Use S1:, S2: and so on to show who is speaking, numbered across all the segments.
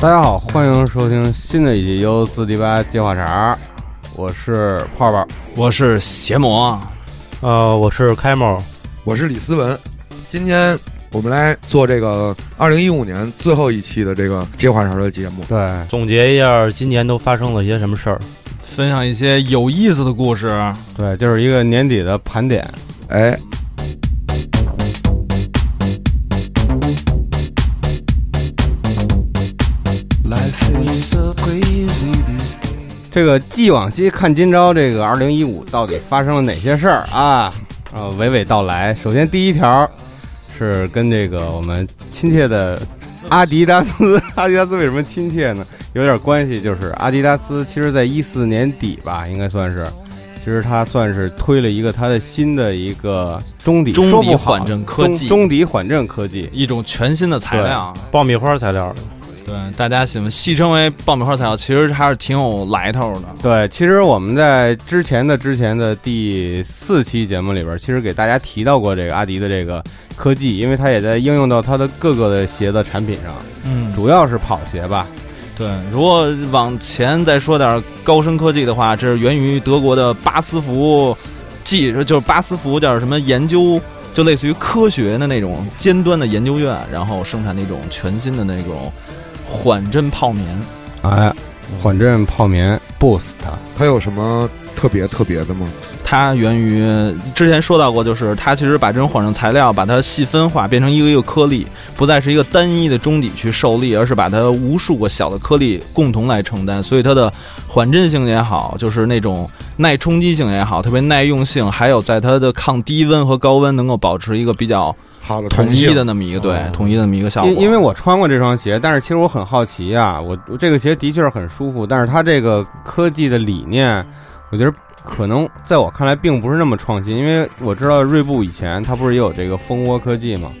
S1: 大家好，欢迎收听新的一集《由四 D 八接话茬儿》，我是泡泡。
S2: 我是邪魔，
S3: 呃，我是开某，
S4: 我是李思文，今天我们来做这个二零一五年最后一期的这个接话茬的节目。
S1: 对，
S3: 总结一下今年都发生了些什么事儿。
S2: 分享一些有意思的故事。
S1: 对，就是一个年底的盘点。
S4: 哎，
S5: Life is so crazy these days.
S1: 这个继往昔看今朝，这个二零一五到底发生了哪些事儿啊？呃，娓娓道来。首先第一条是跟这个我们亲切的阿迪达斯，阿迪达斯为什么亲切呢？有点关系，就是阿迪达斯其实在一四年底吧，应该算是，其实它算是推了一个它的新的一个中底
S2: 中
S1: 说
S2: 底
S1: 不好
S2: 缓震科技，
S1: 中中底缓震科技。
S2: 一种全新的材料，
S3: 爆米花材料，
S2: 对大家喜欢，戏称为爆米花材料，其实还是挺有来头的。
S1: 对，其实我们在之前的之前的第四期节目里边，其实给大家提到过这个阿迪的这个科技，因为它也在应用到它的各个的鞋的产品上，
S2: 嗯，
S1: 主要是跑鞋吧。
S2: 对。如果往前再说点高深科技的话，这是源于德国的巴斯福技，就是巴斯福叫什么研究，就类似于科学的那种尖端的研究院，然后生产那种全新的那种缓震泡棉。
S1: 哎，缓震泡棉 Boost，
S4: 它有什么特别特别的吗？
S2: 它源于之前说到过，就是它其实把这种缓冲材料把它细分化，变成一个一个颗粒，不再是一个单一的中底去受力，而是把它无数个小的颗粒共同来承担。所以它的缓震性也好，就是那种耐冲击性也好，特别耐用性，还有在它的抗低温和高温能够保持一个比较
S4: 好的，
S2: 统一的那么一个对
S1: 哦
S2: 统一的那么一个效果。
S1: 因因为我穿过这双鞋，但是其实我很好奇啊，我我这个鞋的确是很舒服，但是它这个科技的理念，我觉得。可能在我看来并不是那么创新，因为我知道锐步以前它不是也有这个蜂窝科技吗？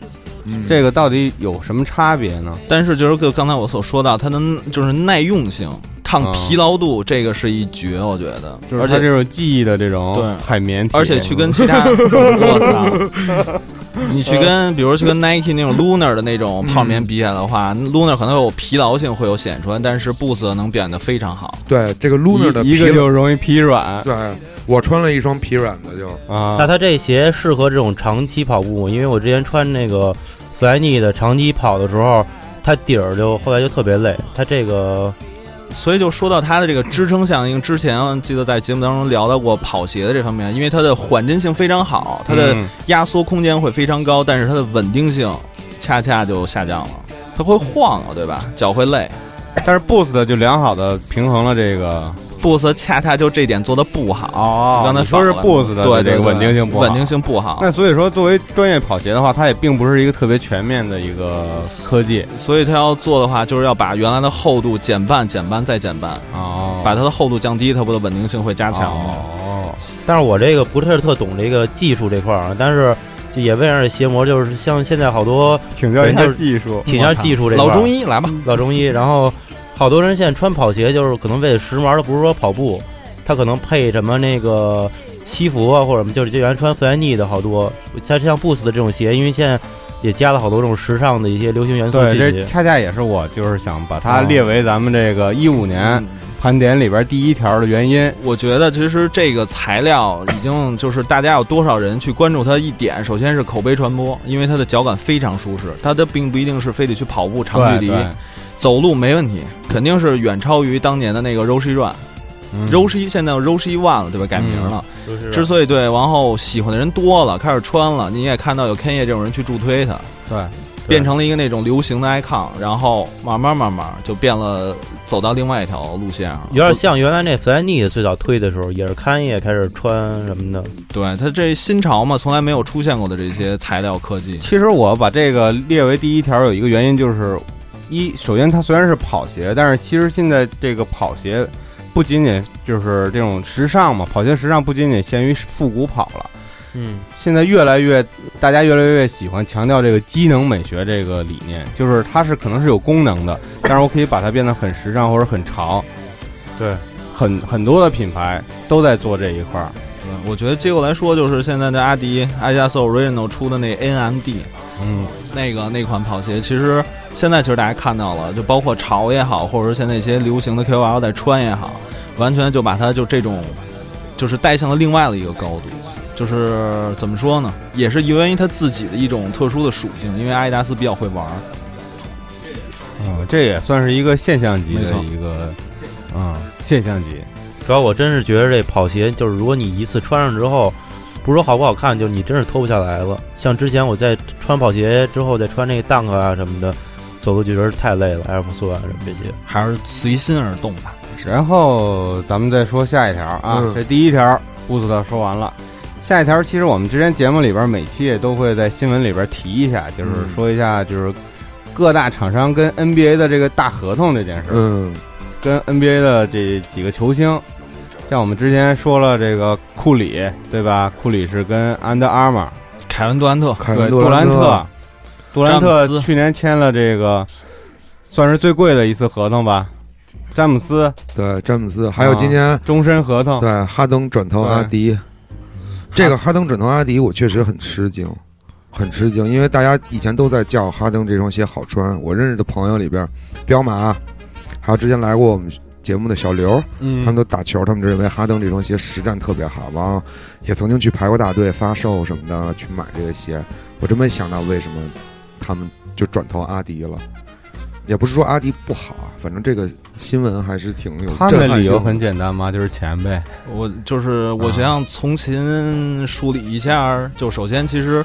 S4: 嗯
S1: 这个到底有什么差别呢？
S2: 但是就是刚才我所说到，它的就是耐用性、抗
S1: 嗯
S2: 疲劳度，这个是一绝，我觉得。
S1: 就是
S2: 而
S1: 它
S2: 且
S1: 这种记忆的这
S2: 对
S1: 种海绵体，
S2: 而且去跟 其他，我操！你去跟，比如去跟 Nike 那种 Lunar 的那种泡
S1: 嗯
S2: 棉比起来的话、l u n a r 可能有疲劳性会有显出来，但是 Boost 能表现得非常好。
S4: 对这个 Lunar 的
S1: 一一
S4: 皮
S1: 个就容易疲软
S4: 对，我穿了一双皮软的就，
S3: 那
S1: 啊。
S3: 它这鞋适合这种长期跑步吗？因为我之前穿那个索爱尼的，长期跑的时候，它底儿就后来就特别累。它这个
S2: 所以就说到它的这个支撑效应，之前记得在节目当中聊到过跑鞋的这方面，因为它的缓震性非常好，它的
S1: 嗯
S2: 压缩空间会非常高，但是它的稳定性恰恰就下降了，它会晃啊，对吧？脚会累。
S1: 但是 Boost 就良好的平衡了这个
S2: Boost 恰恰就这点做的不好。
S1: 哦
S2: 刚才
S1: 说
S2: 反
S1: 是
S2: 过来
S1: Boost 的
S2: 对
S1: 这
S2: 对
S1: 个
S2: 对
S1: 稳定性不好
S2: 稳定。性不好。
S1: 那所以说，作为专业跑鞋的话，它也并不是一个特别全面的一个科技
S2: 所以它要做的话，就是要把原来的厚度减半、减半再减半，
S1: 哦
S2: 把它的厚度降低，它不的稳定性会加强吗。
S1: 哦，
S3: 但是我这个不是特懂这个技术这块儿啊，但是就也为了鞋模，就是像现在好多
S1: 请教一
S3: 对
S1: 下
S3: 就是
S1: 技术，
S3: 请教技术这块
S2: 老
S3: 儿
S2: 中医来吧，
S3: 老中医，然后好多人现在穿跑鞋，就是可能为了时髦，他不是说跑步，他可能配什么那个西服啊，或者什么，就是就原来穿 f l 尼的好多，像像 Boost 的这种鞋，因为现在也加了好多这种时尚的一些流行元素
S1: 对，
S3: 进
S1: 这哦
S3: 去。
S1: 恰恰也是我就是想把它列为咱们这个一五年盘点里边第一条的原因。
S2: 嗯我觉得其实这个材料已经就是大家有多少人去关注它一点，首先是口碑传播，因为它的脚感非常舒适，它的并不一定是非得去跑步长距
S1: 对
S2: 离，
S1: 对
S2: 走路没问题，肯定是远超于当年的那个 Roshi Run、
S1: 嗯
S2: Roshi 现在 Roshi One 了，对吧？改名了。
S3: 就是
S2: 之所以对，然后喜欢的人多了，开始穿了，你也看到有 Ken 叶这种人去助推它，
S1: 对，
S2: 变成了一个那种流行的 icon，然后慢慢慢慢就变了，走到另外一条路线上了。
S3: 有点
S2: 不
S3: 像原来那 f l 尼最早推的时候，也是康业开始穿什么的，
S2: 对它这新潮嘛，从来没有出现过的这些材料科技。
S1: 其实我把这个列为第一条，有一个原因就是，一首先它虽然是跑鞋，但是其实现在这个跑鞋不仅仅就是这种时尚嘛，跑鞋时尚不仅仅限于复古跑了，
S3: 嗯，
S1: 现在越来越大家越来越喜欢强调这个机能美学这个理念，就是它是可能是有功能的，但是我可以把它变得很时尚或者很潮，
S3: 对，
S1: 很很多的品牌都在做这一块儿，
S2: 对我觉得结果来说，就是现在的阿迪阿迪达斯 Original 出的那 NMD
S1: 嗯，
S2: 那个那款跑鞋，其实现在其实大家看到了，就包括潮也好，或者说现在一些流行的 KOL 在穿也好，完全就把它就这种，就是带向了另外的一个高度。就是怎么说呢，也是源于它自己的一种特殊的属性，因为阿迪达斯比较会玩儿。
S1: 嗯，这也算是一个现象级
S2: 没
S1: 的
S2: 错
S1: 一个，嗯，现象级。
S3: 主要我真是觉得这跑鞋，就是如果你一次穿上之后，不说好不好看，就是你真是脱不下来了。像之前我在穿跑鞋之后再穿那个 Dunk 啊什么的，走路就觉得太累了，Air Force One 啊什么这些。
S2: 还是随心而动吧。
S1: 然后咱们再说下一条啊，
S4: 嗯
S1: 这第一条布斯特说完了。下一条其实我们之前节目里边每期也都会在新闻里边提一下，就是
S4: 嗯
S1: 说一下就是各大厂商跟 NBA 的这个大合同这件事儿，
S4: 嗯
S1: 跟 NBA 的这几个球星，像我们之前说了这个库里对吧？库里是跟 Under Armour
S2: 凯文杜兰特，
S4: 凯
S1: 对
S4: 文
S1: 杜
S4: 兰
S1: 特，杜兰
S2: 詹姆
S1: 特
S2: 斯
S1: 去年签了这个算是最贵的一次合同吧，詹姆斯
S4: 对詹姆斯，
S1: 啊
S4: 还有今年
S1: 终身合同。
S4: 对哈登转投阿迪，这个哈登转投阿迪，我确实很吃惊，很吃惊，因为大家以前都在叫哈登这双鞋好穿。我认识的朋友里边，彪马，还有之前来过我们节目的小刘，他们
S1: 嗯，
S4: 都打球，他们认为哈登这双鞋实战特别好，然后也曾经去排过大队发售什么的去买这个鞋。我真没想到为什么他们就转投阿迪了。也不是说阿迪不好啊，反正这个新闻还是挺有
S2: 嗯
S1: 他们
S4: 震
S1: 的
S4: 撼
S1: 理由
S4: 性的
S1: 很简单嘛，就是钱呗。
S2: 我就是我
S1: 啊
S2: 想想从秦梳理一下儿，就首先其实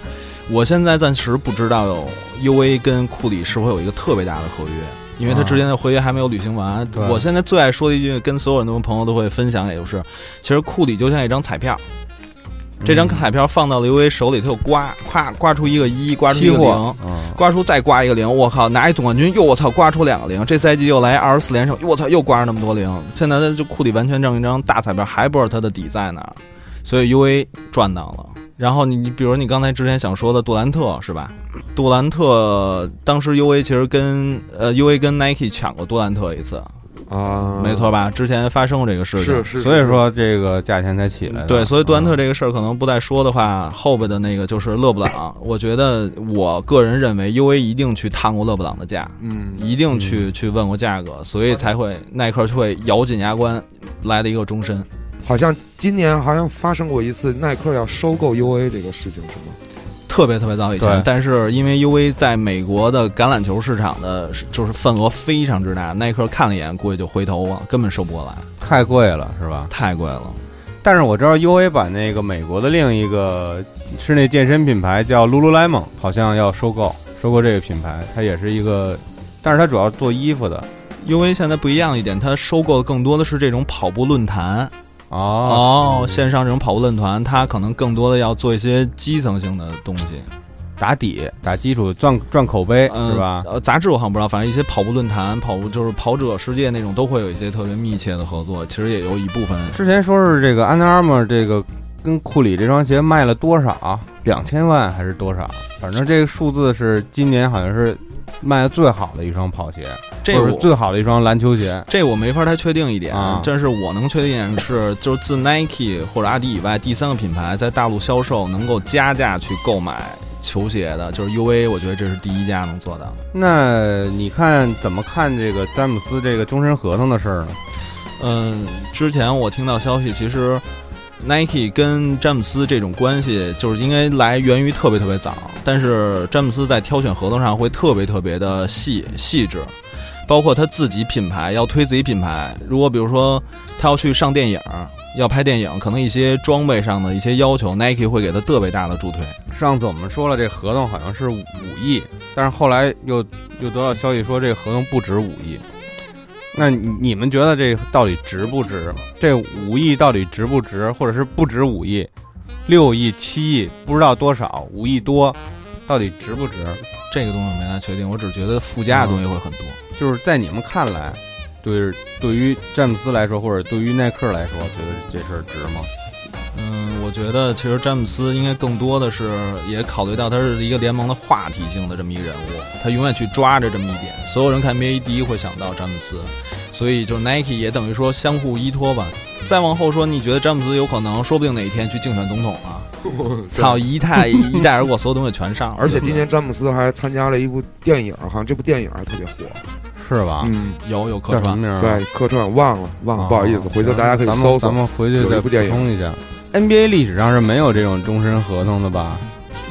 S2: 我现在暂时不知道有 U A 跟库里是否有一个特别大的合约，因为他
S1: 啊
S2: 之间的合约还没有履行完。
S1: 对
S2: 我现在最爱说的一句，跟所有人都朋友都会分享，也就是其实库里就像一张彩票，这
S1: 嗯
S2: 张彩票放到了 U A 手里，他就刮，咵刮出一个一，刮出一
S1: 期
S2: 个
S1: 货
S2: 零。，
S1: 嗯
S2: 刮出再刮一个零，我靠，拿一总冠军，又我操，刮出两个零，这赛季又来二十四连胜，我操，又刮出那么多零。现在他就库里完全挣一张大彩票，还不知道他的底在哪儿，所以 U A 赚到了。然后你你比如你刚才之前想说的杜兰特是吧？杜兰特当时 U A 其实跟呃 U A 跟 Nike 抢过杜兰特一次，
S4: 啊，
S2: 没错吧？之前发生过这个事情。
S4: 是是，
S1: 所以说这个价钱才起来的。
S2: 嗯
S1: 嗯
S2: 对，所以杜兰特
S1: 这
S2: 这个事儿可能不再说的话，后边的那个就是勒布朗。我觉得我个人认为 U A 一定去探过勒布朗的价，
S4: 嗯，
S2: 一定去、去问过价格，所以才会耐克就会咬紧牙关来的一个终身。
S4: 好像今年好像发生过一次耐克要收购 UA 这个事情，是吗？
S2: 特别特别早以
S1: 对
S2: 前，但是因为 U A 在美国的橄榄球市场的就是份额非常之大，耐克看了一眼，估计就回头了，根本收不过来，
S1: 太贵了，是吧？
S2: 太贵了。
S1: 但是我知道 U A 把那个美国的另一个室内健身品牌叫 Lululemon，好像要收购收购这个品牌，它也是一个，但是它主要做衣服的
S2: U A 现在不一样一点，它收购的更多的是这种跑步论坛，
S1: 哦。
S2: 哦，线上这种跑步论坛，它可能更多的要做一些基层性的东西，
S1: 打底打基础赚赚口碑、
S2: 嗯、
S1: 哎是吧？
S2: 呃，杂志我好像不知道，反正一些跑步论坛、跑步就是跑者世界那种，都会有一些特别密切的合作。其实也有一部分，
S1: 之前说是这个 Under Armour 这个跟库里这双鞋卖了多少？两千万还是多少？反正这个数字是今年好像是卖的最好的一双跑鞋，
S2: 这
S1: 或者是
S2: 我
S1: 最好的一双篮球鞋。
S2: 这我没法太确定一点
S1: 啊，
S2: 但是我能确定一点是，就是自 Nike 或者阿迪以外，第三个品牌在大陆销售能够加价去购买球鞋的，就是 UA，我觉得这是第一家能做到。
S1: 那你看怎么看这个詹姆斯这个终身合同的事儿呢？
S2: 嗯，之前我听到消息，其实 Nike 跟詹姆斯这种关系，就是应该来源于特别特别早，但是詹姆斯在挑选合同上会特别特别的细细致，包括他自己品牌要推自己品牌，如果比如说他要去上电影。要拍电影，可能一些装备上的一些要求，Nike 会给他特别大的助推。
S1: 上次我们说了，这合同好像是五亿，但是后来又又得到消息说这个合同不值五亿。那你你们觉得这到底值不值？啊这五亿到底值不值，或者是不值五亿、六亿、七亿，不知道多少，五亿多，到底值不值？
S2: 这个东西我没太确定，我只觉得附加的东西会很多。
S1: 就是在你们看来，对对于詹姆斯来说，或者对于耐克来说，觉得这事儿值吗？
S2: 嗯，我觉得其实詹姆斯应该更多的是也考虑到他是一个联盟的话题性的这么一人物，他永远去抓着这么一点，所有人看 NBA 第一会想到詹姆斯，所以就 Nike 也 等于说相互依托吧。再往后说，你觉得詹姆斯有可能，说不定哪一天去竞选总统了，啊操，一带一带而过，所有东西全上了。
S4: 而且今年詹姆斯还参加了一部电影，好像这部电影还特别火。
S1: 是吧？
S4: 嗯，
S2: 有有客
S1: 叫什么
S2: 串，
S1: 名儿？
S4: 对，客串忘了忘了，
S1: 啊
S4: 不好意思，回头大家可以
S1: 咱们
S4: 搜
S1: 咱
S4: 搜。
S1: 们回去
S4: 有
S1: 再
S4: 一部
S1: 补
S4: 电影
S1: 充一下。NBA 历史上是没有这种终身合同的吧？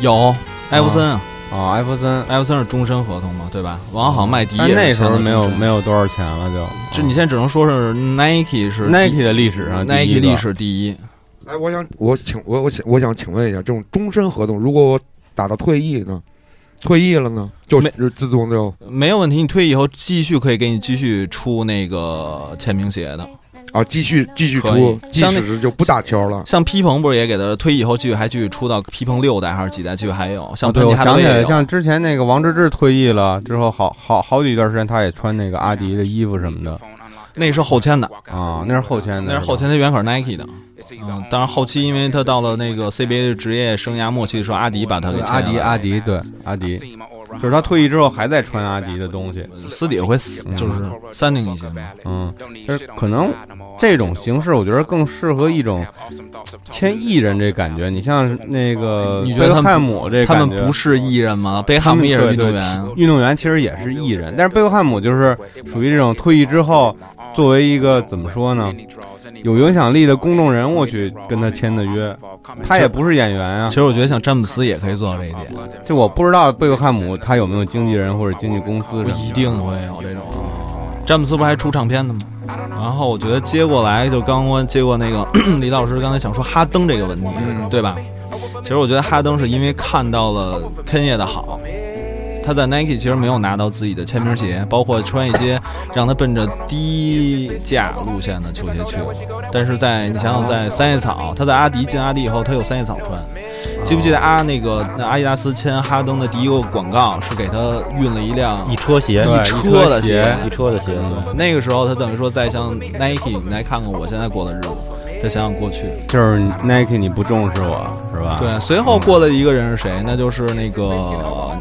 S2: 有艾弗森啊，
S1: 啊，艾弗森，
S2: 艾弗森是终身合同嘛，对吧？王好麦迪也
S1: 但
S2: 是
S1: 那时候没有
S2: 签了终身
S1: 没有多少钱了就。啊
S2: 这你现在只能说是 Nike 是
S1: Nike 的历史上第
S2: Nike
S1: 一个
S2: 历史第一，
S4: 哎，我想我请我我请我想请问一下，这种终身合同，如果我打到退役呢？退役了呢？就
S2: 没
S4: 是自动就
S2: 没有问题。你退役以后继续可以给你继续出那个签名鞋的，
S4: 啊，继续继续
S2: 可以
S4: 出，即
S2: 像那
S4: 使是就不打球了。
S2: 像皮蓬不是也给他退役以后继续还继续出到皮蓬六代还是几代，继续还有像
S1: 啊对，
S2: 喷尼
S1: 我
S2: 哈德
S1: 想
S2: 威
S1: 起
S2: 也
S1: 来，
S2: 有
S1: 像之前那个王治郅退役了之后，好好好几段时间他也穿那个阿迪的衣服什么的
S2: 那是后签的，
S1: 啊，那是后签的，
S2: 那是后签，他原可是 Nike 的。嗯，当然后期因为他到了那个 CBA 的职业生涯末期的时候，阿迪把他给
S1: 对
S2: 签
S1: 阿迪
S2: 了
S1: 阿迪对阿迪，
S6: 就
S1: 就是他退役之后还在穿阿迪的东西。
S2: 私底下会死
S1: 嗯
S2: 就是三定一些嘛。
S1: 嗯，
S6: 但是可能
S1: 这种形式我觉得更适合一种签艺人这感觉。你像那个
S2: 哎你觉
S1: 贝
S2: 得
S1: 克
S2: 他们
S1: 汉姆这
S2: 他
S1: 感
S2: 们
S1: 觉嗯
S2: 不是艺人吗？贝克汉姆也是运动员，
S1: 运动员其实也是艺人，但是贝克汉姆就是属于这种退役之后，作为一个怎么说呢，有影响力的公众人物去跟他签的约，他也不是演员啊
S2: 其。实我觉得像詹姆斯也可以做到这一点，
S1: 就我不知道贝克汉姆他有没有经纪人或者经纪公司什么
S2: 一
S1: 的。
S2: 定会有这种。詹姆斯不是还出唱片的吗？然后我觉得接过来就刚刚接过那个 李老师刚才想说哈登这个问题，对吧？其实我觉得哈登是因为看到了 Ken 业的好，他在 Nike 其实没有拿到自己的签名鞋，包括穿一些让他奔着低价路线的球鞋去。但是在你想想，在三叶草，他在阿迪进阿迪以后，他有三叶草穿。记不记得阿那个那阿迪达斯签哈登的第一个广告是给他运了一辆
S3: 一车鞋，
S2: 对一车的鞋嗯
S3: 一车的鞋，
S2: 对，那个时候他等于说在像 Nike，你来看看我现在过的日子，再想想过去。
S1: 就是 Nike 你不重视我是吧？
S2: 对，随后过的一个人是谁？那就是那个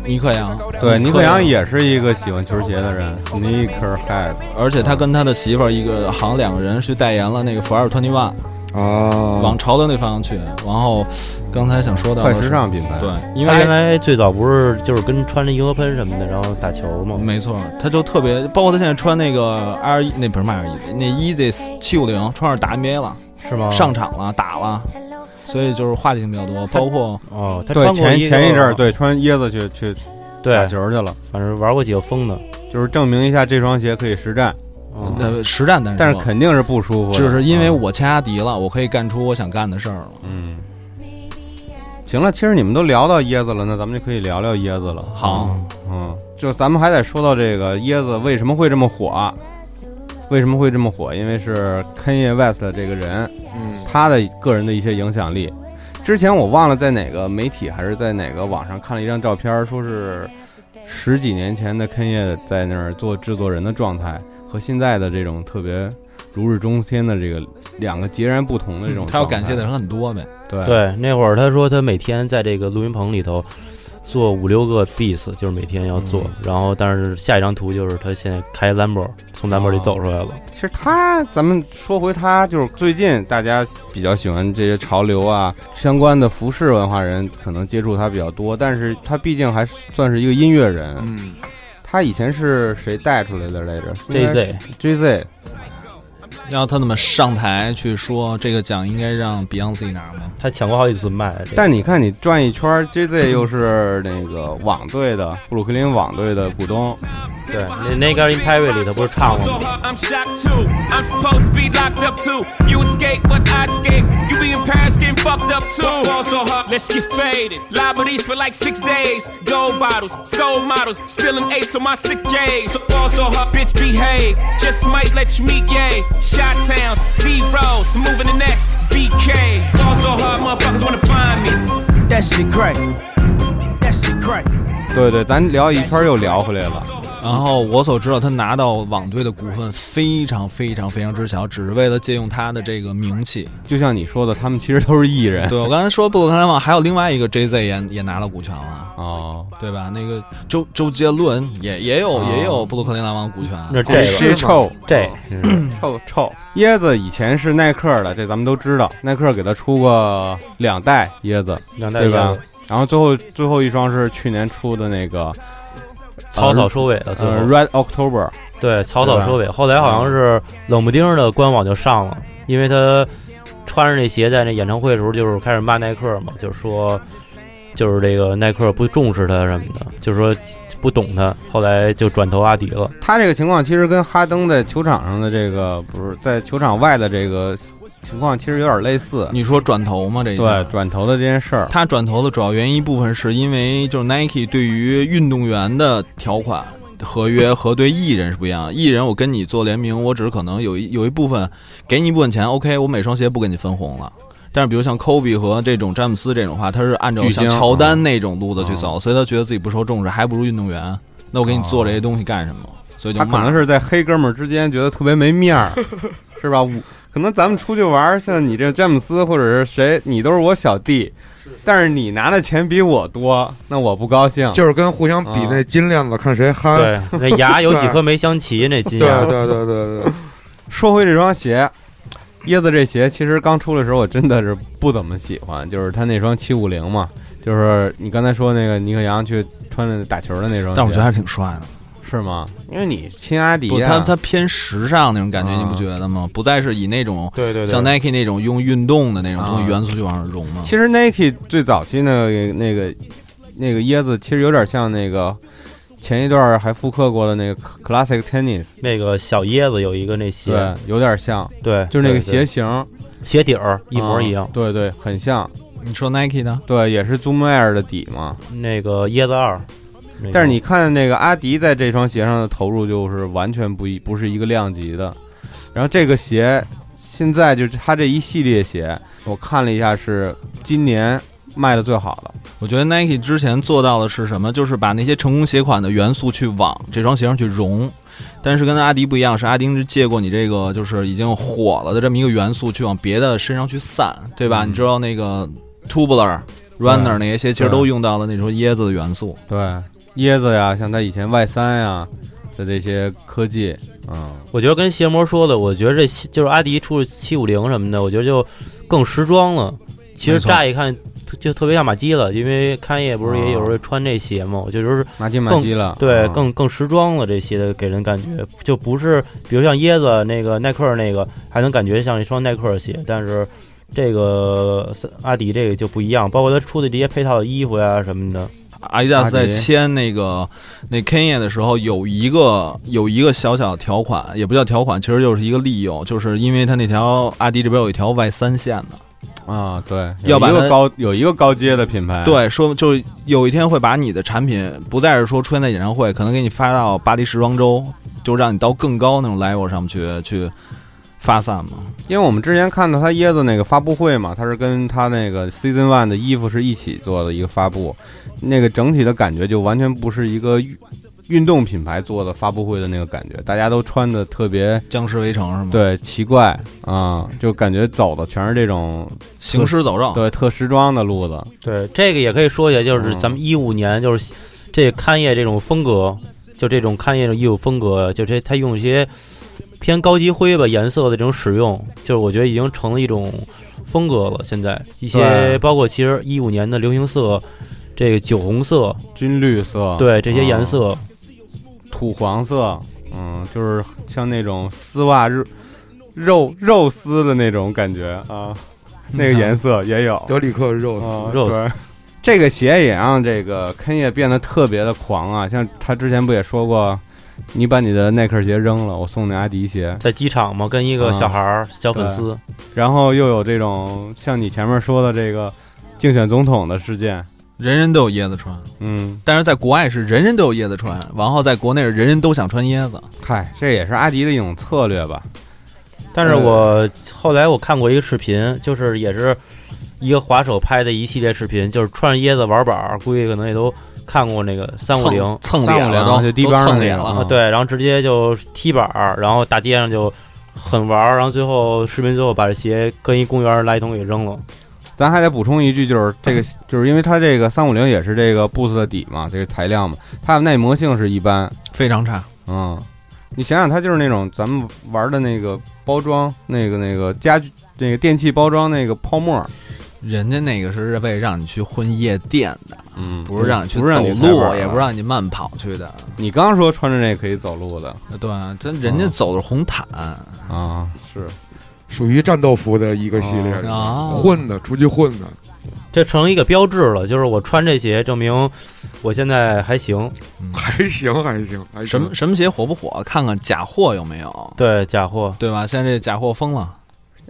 S2: 尼克杨。
S1: 对，尼克杨，也是一个喜欢球鞋的人，sneakerhead。
S2: 而且他跟他的媳妇儿一个，好像两个人去代言了那个 Forever Twenty One，
S4: 啊
S2: 往，朝的那方向去。然后刚才想说到的
S1: 快
S2: 是
S1: 时尚品牌
S2: 对，因
S3: 他原
S2: 为。
S3: 来最早不是就是跟穿着银河喷什么的，然后打球嘛。
S2: 没错，他就特别，包括他现在穿那个 R 一，那不是迈尔一，那 Yeezy 七五零，穿上打 NBA 了，
S3: 是
S1: 哦
S3: 吗？
S2: 上场了，打了，所以就是话题性比较多，包括
S3: 哦，他
S1: 对，
S3: 穿过
S1: 前
S3: 个
S1: 前一阵儿对穿椰子去去打
S3: 对，
S1: 球去了，
S3: 反正玩过几个疯的。
S1: 就是证明一下这双鞋可以实战，嗯
S2: 呃实战单
S1: 但是
S2: 说
S1: 肯定是不舒服的。
S2: 就是因为
S1: 嗯
S2: 我签阿迪了，我可以干出我想干的事儿了。
S1: 嗯，行了，其实你们都聊到椰子了，那咱们就可以聊聊椰子了。
S2: 好，
S1: 嗯，就咱们还得说到这个椰子为什么会这么火，啊为什么会这么火？因为是 Kanye West 这个人，
S4: 嗯，
S1: 他的个人的一些影响力。之前我忘了在哪个媒体还是在哪个网上看了一张照片，说是十几年前的 Kanye 在那儿做制作人的状态，和现在的这种特别如日中天的这个两个截然不同的这种状态。
S2: 嗯他要感谢的人很多呗。
S1: 对
S3: 对，那会儿他说他每天在这个录音棚里头做五六个 beats，就是每天要做。然后，但是下一张图就是他现在开 Lambo 从 Lambo 里走出来了。
S1: 其实他，咱们说回他，就是最近大家比较喜欢这些潮流啊，相关的服饰文化人可能接触他比较多，但是他毕竟还算是一个音乐人。
S4: 嗯，
S1: 他以前是谁带出来的来着
S3: JZ
S1: JZ
S2: 要他那么上台去说这个奖应该让 Beyonce 拿吗？
S3: 他抢过好几次麦，这
S1: 但你看，你转一圈儿，JZ 又是那个网队的布鲁克林网队的股东，
S3: 对那那个 In Perry 里头不是唱过吗？
S7: I'm shocked too. I'm supposed to be locked up too. You escape, but I escape. You be in Paris getting fucked up too. Also, huh? Let's get faded. Liberties for like six days. Gold bottles, soul models. Still an ace on my sick days. So also, huh? Bitch, behave. Just might let you meet gay. Shot towns, B rolls. Moving the next BK. Also, huh? Motherfuckers wanna find me. That shit great. That shit great.
S1: 对对，咱聊一圈儿又聊回来了。
S2: 然后我所知道，他拿到网队的股份非常非常非常之小，只是为了借用他的这个名气。
S1: 就像你说的，他们其实都是艺人。
S2: 对我刚才说布鲁克南网还有另外一个 JZ 也也拿了股权了。
S1: 哦，
S2: 对吧？那个周周杰伦也也有、
S1: 哦
S2: 也有布鲁克林篮网股权，
S3: 那这
S1: 这
S3: 个
S1: 是臭
S3: 这
S1: 臭臭椰子以前是耐克的，这咱们都知道，耐克给他出过两代椰子，
S3: 两代
S1: 对吧
S3: 椰子？
S1: 然后最后最后一双是去年出的那个
S3: 草草收尾了，最
S1: 呃
S3: 后
S1: Red October，
S3: 对草草
S1: 对吧
S3: 收尾。后来好像是冷不丁儿的官网就上了，因为他穿着那鞋在那演唱会的时候，就是开始骂耐克嘛，就是说就是这个耐克不重视他什么的，就是说不懂他。后来就转投阿迪了。
S1: 他这个情况其实跟哈登在球场上的这个不是在球场外的这个情况其实有点类似。
S2: 你说转投吗？这一
S1: 对
S2: 下。
S1: 转头的这件事儿，
S2: 他转投的主要原因一部分是因为就是 Nike 对于运动员的条款合约和对艺人是不一样的。艺人我跟你做联名，我只是可能有一有一部分给你一部分钱，OK，我每双鞋不给你分红了。但是比如像 Kobe 和这种詹姆斯这种话，他是按照
S1: 巨
S2: 像
S1: 星嗯
S2: 乔丹那种路子去走，所以他觉得自己不受重视，还不如运动员。那我给你做这些东西干什么？所以就
S1: 他可
S2: 骂
S1: 能是在黑哥们儿之间觉得特别没面 儿，是吧？我可能咱们出去玩儿，像你这詹姆斯或者是谁，你都是我小弟，但是你拿的钱比我多，那我不高兴。
S4: 就是跟互相比那金链子，看谁
S1: 啊
S4: 憨。
S3: 对，那牙有几颗没镶齐，那金
S4: 对
S3: 牙。
S4: 对对对对，
S1: 说回这双鞋，椰子这鞋其实刚出的时候我真的是不怎么喜欢，就是他那双七五零嘛，就是你刚才说那个尼克杨去穿着打球的那双鞋，
S2: 但我觉得还是挺帅的。
S1: 是吗？因为你亲阿迪
S2: 不，
S1: 呀、
S2: 它它偏时尚那种感觉，
S1: 啊
S2: 你不觉得吗？不再是以那种
S3: 对对
S2: 像 Nike 那种用运动的那种东西
S1: 啊
S2: 元素去往上融嘛。
S1: 其实 Nike 最早期呢，那个那个椰子，其实有点像那个前一段还复刻过的那个 Classic Tennis，
S3: 那个小椰子有一个那鞋，
S1: 对，有点像，
S3: 对，
S1: 就是那个
S3: 对对
S1: 鞋型
S3: 鞋底儿一模一样
S1: 啊。对对，很像，
S2: 你说 Nike 呢？
S1: 对，也是 Zoom Air 的底嘛。
S3: 那个椰子二，那个
S1: 但是你看那个阿迪在这双鞋上的投入，就是完全不一不是一个量级的。然后这个鞋现在就是它这一系列鞋，我看了一下是今年卖的最好的。
S2: 我觉得 Nike 之前做到的是什么？就是把那些成功鞋款的元素去往这双鞋上去融，但是跟阿迪不一样，是阿迪是借过你这个就是已经火了的这么一个元素去往别的身上去散，对吧？
S1: 嗯
S2: 你知道那个 Tubular、Runner 那些鞋其实
S1: 对
S2: 都用到了那种椰子的元素。
S1: 对，椰子呀，像他以前 Y 三呀的这些科技，嗯，
S3: 我觉得跟邪魔说的，我觉得这西就是阿迪出七五零什么的，我觉得就更时装了。其
S2: 没
S3: 实
S2: 错
S3: 乍一看就特别像马基了，因为看爷不是也有时候
S1: 哦
S3: 穿这鞋
S2: 嗯
S3: 嘛，我觉得就是
S1: 马基马基了，
S3: 对
S1: 嗯
S3: 更更时装了，这鞋的给人感觉就不是，比如像椰子那个耐克那个，还能感觉像一双耐克鞋，但是这个阿迪这个就不一样，包括他出的这些配套的衣服呀什么的，
S2: 阿迪达斯在
S1: 阿迪
S2: 签那个那 Kenya 的时候，有一个有一个小小的条款，也不叫条款，其实就是一个利用，就是因为他那条阿迪这边有一条外三线的，
S1: 啊，对，
S2: 要
S1: 有
S2: 把
S1: 一
S2: 它
S1: 个高有一个高阶的品牌，，
S2: 对，说就有一天会把你的产品不再是说出现在演唱会，可能给你发到巴黎时装周，就让你到更高那种 level 上去去发散嘛。
S1: 因为我们之前看到他椰子那个发布会嘛，它是跟他那个 Season One 的衣服是一起做的一个发布，那个整体的感觉就完全不是一个运运动品牌做的发布会的那个感觉，大家都穿的特别
S2: 僵尸围城是吗？，
S1: 对奇怪啊、就感觉走的全是这种
S2: 行尸走肉。
S1: 对特时装的路子，
S3: 对，这个也可以说一下，就是
S1: 嗯
S3: 咱们一五年，就是这勘业这种风格，就这种勘业的衣服风格，就这他用一些偏高级灰吧颜色的这种使用，就是我觉得已经成了一种风格了。现在一些
S1: 对
S3: 包括其实一五年的流行色，这个酒红色，
S1: 军绿色，
S3: 对这些颜
S1: 嗯
S3: 色，
S1: 土黄色，嗯，就是像那种丝袜肉肉肉丝的那种感觉啊，那个颜色也有。
S4: 德里克肉丝，
S1: 啊
S3: 嗯肉丝
S1: 对，这个鞋也让这个 Ken 也变得特别的狂啊！像他之前不也说过，你把你的耐克鞋扔了，我送你阿迪鞋。
S3: 在机场嘛，跟一个
S1: 啊
S3: 小孩儿、小粉
S1: 对
S3: 丝，
S1: 然后又有这种像你前面说的这个竞选总统的事件，
S2: 人人都有椰子穿，
S1: 嗯，
S2: 但是在国外是人人都有椰子穿，然后在国内是人人都想穿椰子。
S1: 嗨，这也是阿迪的一种策略吧？
S3: 但是
S2: 嗯
S3: 我后来我看过一个视频，就是也是一个滑手拍的一系列视频，就是穿着椰子玩板儿，估计可能也都看过那个三五零
S2: 蹭蹭
S1: 三
S2: 脸
S1: 五
S2: 了
S1: 零
S2: 都，
S1: 就低
S2: 都
S1: 帮
S2: 蹭
S1: 的
S2: 脸
S1: 那种
S2: 了。
S1: 啊
S3: 啊，对，然后直接就踢板儿，然后大街上就很玩儿，然后最后视频最后把这鞋跟一公园儿垃圾桶给扔了。
S1: 咱还得补充一句，就是这个，就是因为它这个三五零也是这个 Boost 的底嘛，这个材料嘛，它的耐磨性是一般，
S2: 非常差。
S1: 嗯，你想想，它就是那种咱们玩的那个包装，那个那个家具，那个电器包装那个泡沫，
S2: 人家那个是为让你去混夜店的，
S1: 嗯，
S2: 不是让你去
S1: 不是
S2: 走
S1: 让你踩板
S2: 路，啊
S1: 儿
S2: 也
S1: 的
S2: 不让你慢跑去的。
S1: 你刚刚说穿着那可以走路的
S2: 对，咱人家
S1: 嗯
S2: 走的是红毯，
S1: 啊，是
S4: 属于战斗服的一个系列，
S2: 哦
S4: 混的出去混的，
S3: 这成一个标志了，就是我穿这鞋证明我现在还行。
S4: 还行还行还行。
S2: 什么什么鞋火不火？看看假货有没有，
S3: 对，假货。
S2: 对吧？现在这假货疯了，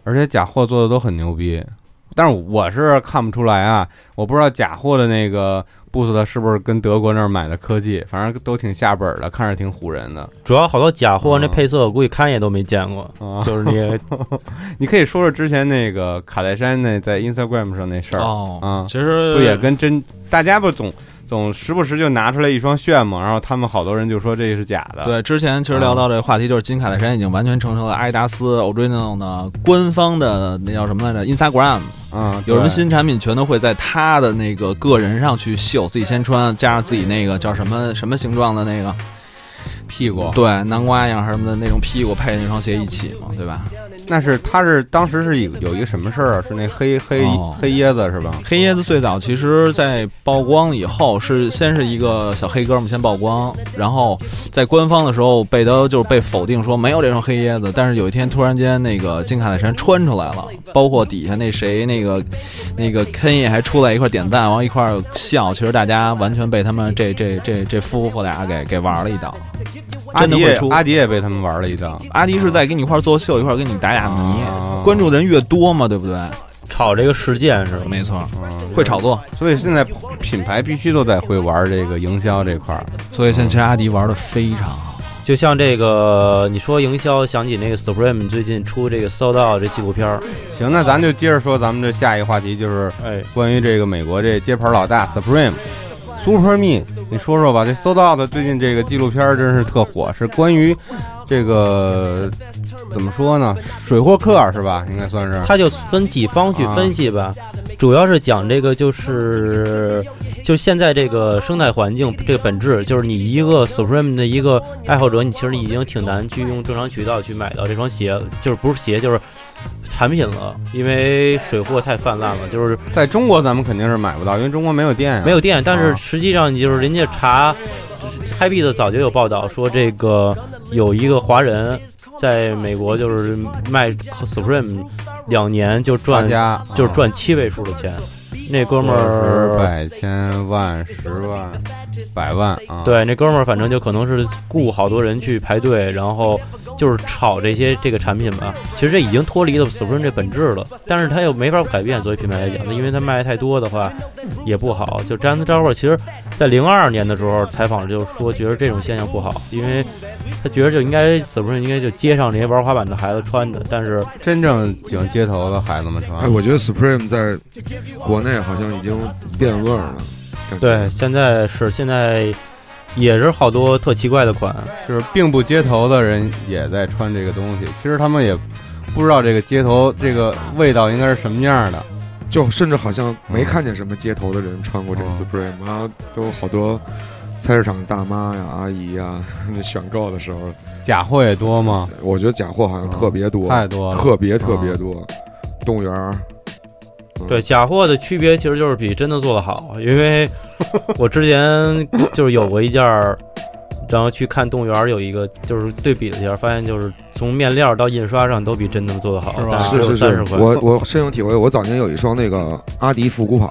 S1: 而且假货做的都很牛逼，但是我是看不出来啊，我不知道假货的那个 Boost 的是不是跟德国那儿买的科技，反正都挺下本儿的，看着挺唬人的
S3: 主要好多假货
S2: 啊
S3: 那
S1: 嗯
S3: 配色，我估计看也都没见过。
S1: 啊。
S3: 就是你
S1: 你可以说说之前那个卡戴珊那在 Instagram 上那事儿
S2: 哦
S1: 啊，
S2: 其实
S1: 不也跟真大家不总总时不时就拿出来一双炫嘛，然后他们好多人就说这是假的。，
S2: 对，之前其实聊到这个话题，就是金凯戴珊已经完全成成了阿迪达斯 Original 的官方的那叫什么来着？Instagram，
S1: 嗯，
S2: 有什么
S1: 对
S2: 新产品全都会在他的那个个人上去秀，自己先穿，加上自己那个叫什么什么形状的那个，
S1: 屁股？
S2: 对，南瓜样什么的那种屁股配那双鞋一起嘛，对吧？
S1: 那是他是当时是有有一个什么事儿啊？是那黑黑、
S2: 哦
S1: 黑椰子是吧？
S2: 黑椰子最早其实，在曝光以后是先是一个小黑哥们先曝光，然后在官方的时候被他就是被否定说没有这双黑椰子，但是有一天突然间那个金凯戴珊穿出来了，包括底下那谁那个那个 Kenny 还出来一块点赞，然后一块笑，其实大家完全被他们这这这这夫妇俩给给玩了一道。
S1: 阿
S2: 真的
S1: 迪
S2: 会
S1: 也
S2: 出
S1: 阿迪也被他们玩了一道。
S2: 阿迪是在跟你一块做秀，一块跟你打哑谜，
S1: 啊
S2: 关注的人越多嘛，对不对？
S3: 炒这个事件是吧？
S2: 没错，
S1: 嗯
S2: 会炒作。
S1: 所以现在品牌必须都在会玩这个营销这块儿。
S2: 所以现在其实阿迪玩的非常好。
S3: 就像这个你说营销，想起那个 Supreme 最近出这个《搜到》这纪录片儿，
S1: 行，那咱就接着说咱们这下一个话题，就是
S3: 哎，
S1: 关于这个美国这街牌老大 Supreme Super Me，你说说吧。这搜到的最近这个纪录片儿真是特火，是关于这个怎么说呢？水货客是吧？应该算是。
S3: 它就分几方去分析吧，主要是讲这个就是，就现在这个生态环境这个本质，就是你一个 Supreme 的一个爱好者，你其实已经挺难去用正常渠道去买到这双鞋，就是不是鞋就是产品了，因为水货太泛滥了，就是
S1: 在中国咱们肯定是买不到，因为中国没有店、啊。
S3: 没有店，但
S1: 啊
S3: 是实际上就是人家查就是，Happy 的早就有报道说，这个有一个华人在美国就是卖 Supreme 两年就
S1: 大
S3: 赚
S1: 家
S3: 就是赚七位数的钱，那哥们
S1: 十
S3: 儿。
S1: 百千万十万百万啊！，
S3: 对，那哥们儿反正就可能是雇好多人去排队，然后就是炒这些这个产品吧。其实这已经脱离了 Supreme 这本质了，但是他又没法改变作为品牌来讲，因为他卖的太多的话也不好。就詹姆斯·扎沃，其实在零二年的时候采访就说，觉得这种现象不好，因为他觉得就应该 Supreme 应该就街上这些玩滑板的孩子穿的，但是
S1: 真正喜欢街头的孩子们穿。
S4: 哎，我觉得 Supreme 在国内好像已经变味儿了。感觉
S3: 对，现在是现在也是好多特奇怪的款。
S1: 就是并不街头的人也在穿这个东西，其实他们也不知道这个街头这个味道应该是什么样的。
S4: 就甚至好像没看见什么街头的人穿
S2: 哦
S4: 过这
S1: 嗯
S4: Supreme，然后都好多菜市场大妈呀、阿姨呀， 选购的时候，
S1: 假货也多吗？
S4: 我觉得假货好像特别多，
S1: 太多了，
S4: 特别特别多。动物园儿，嗯
S3: 对，假货的区别其实就是比真的做的好，因 为我之前就是有过一件儿，然后去看动物园儿有一个就是对比了一下，发现就是从面料到印刷上都比真的做的好，
S2: 是吧
S3: 但
S4: 是
S3: 啊只有
S4: 是
S3: 三十
S4: 是，
S3: 块。
S4: 我我深有体会。我早年有一双那个阿迪复古跑，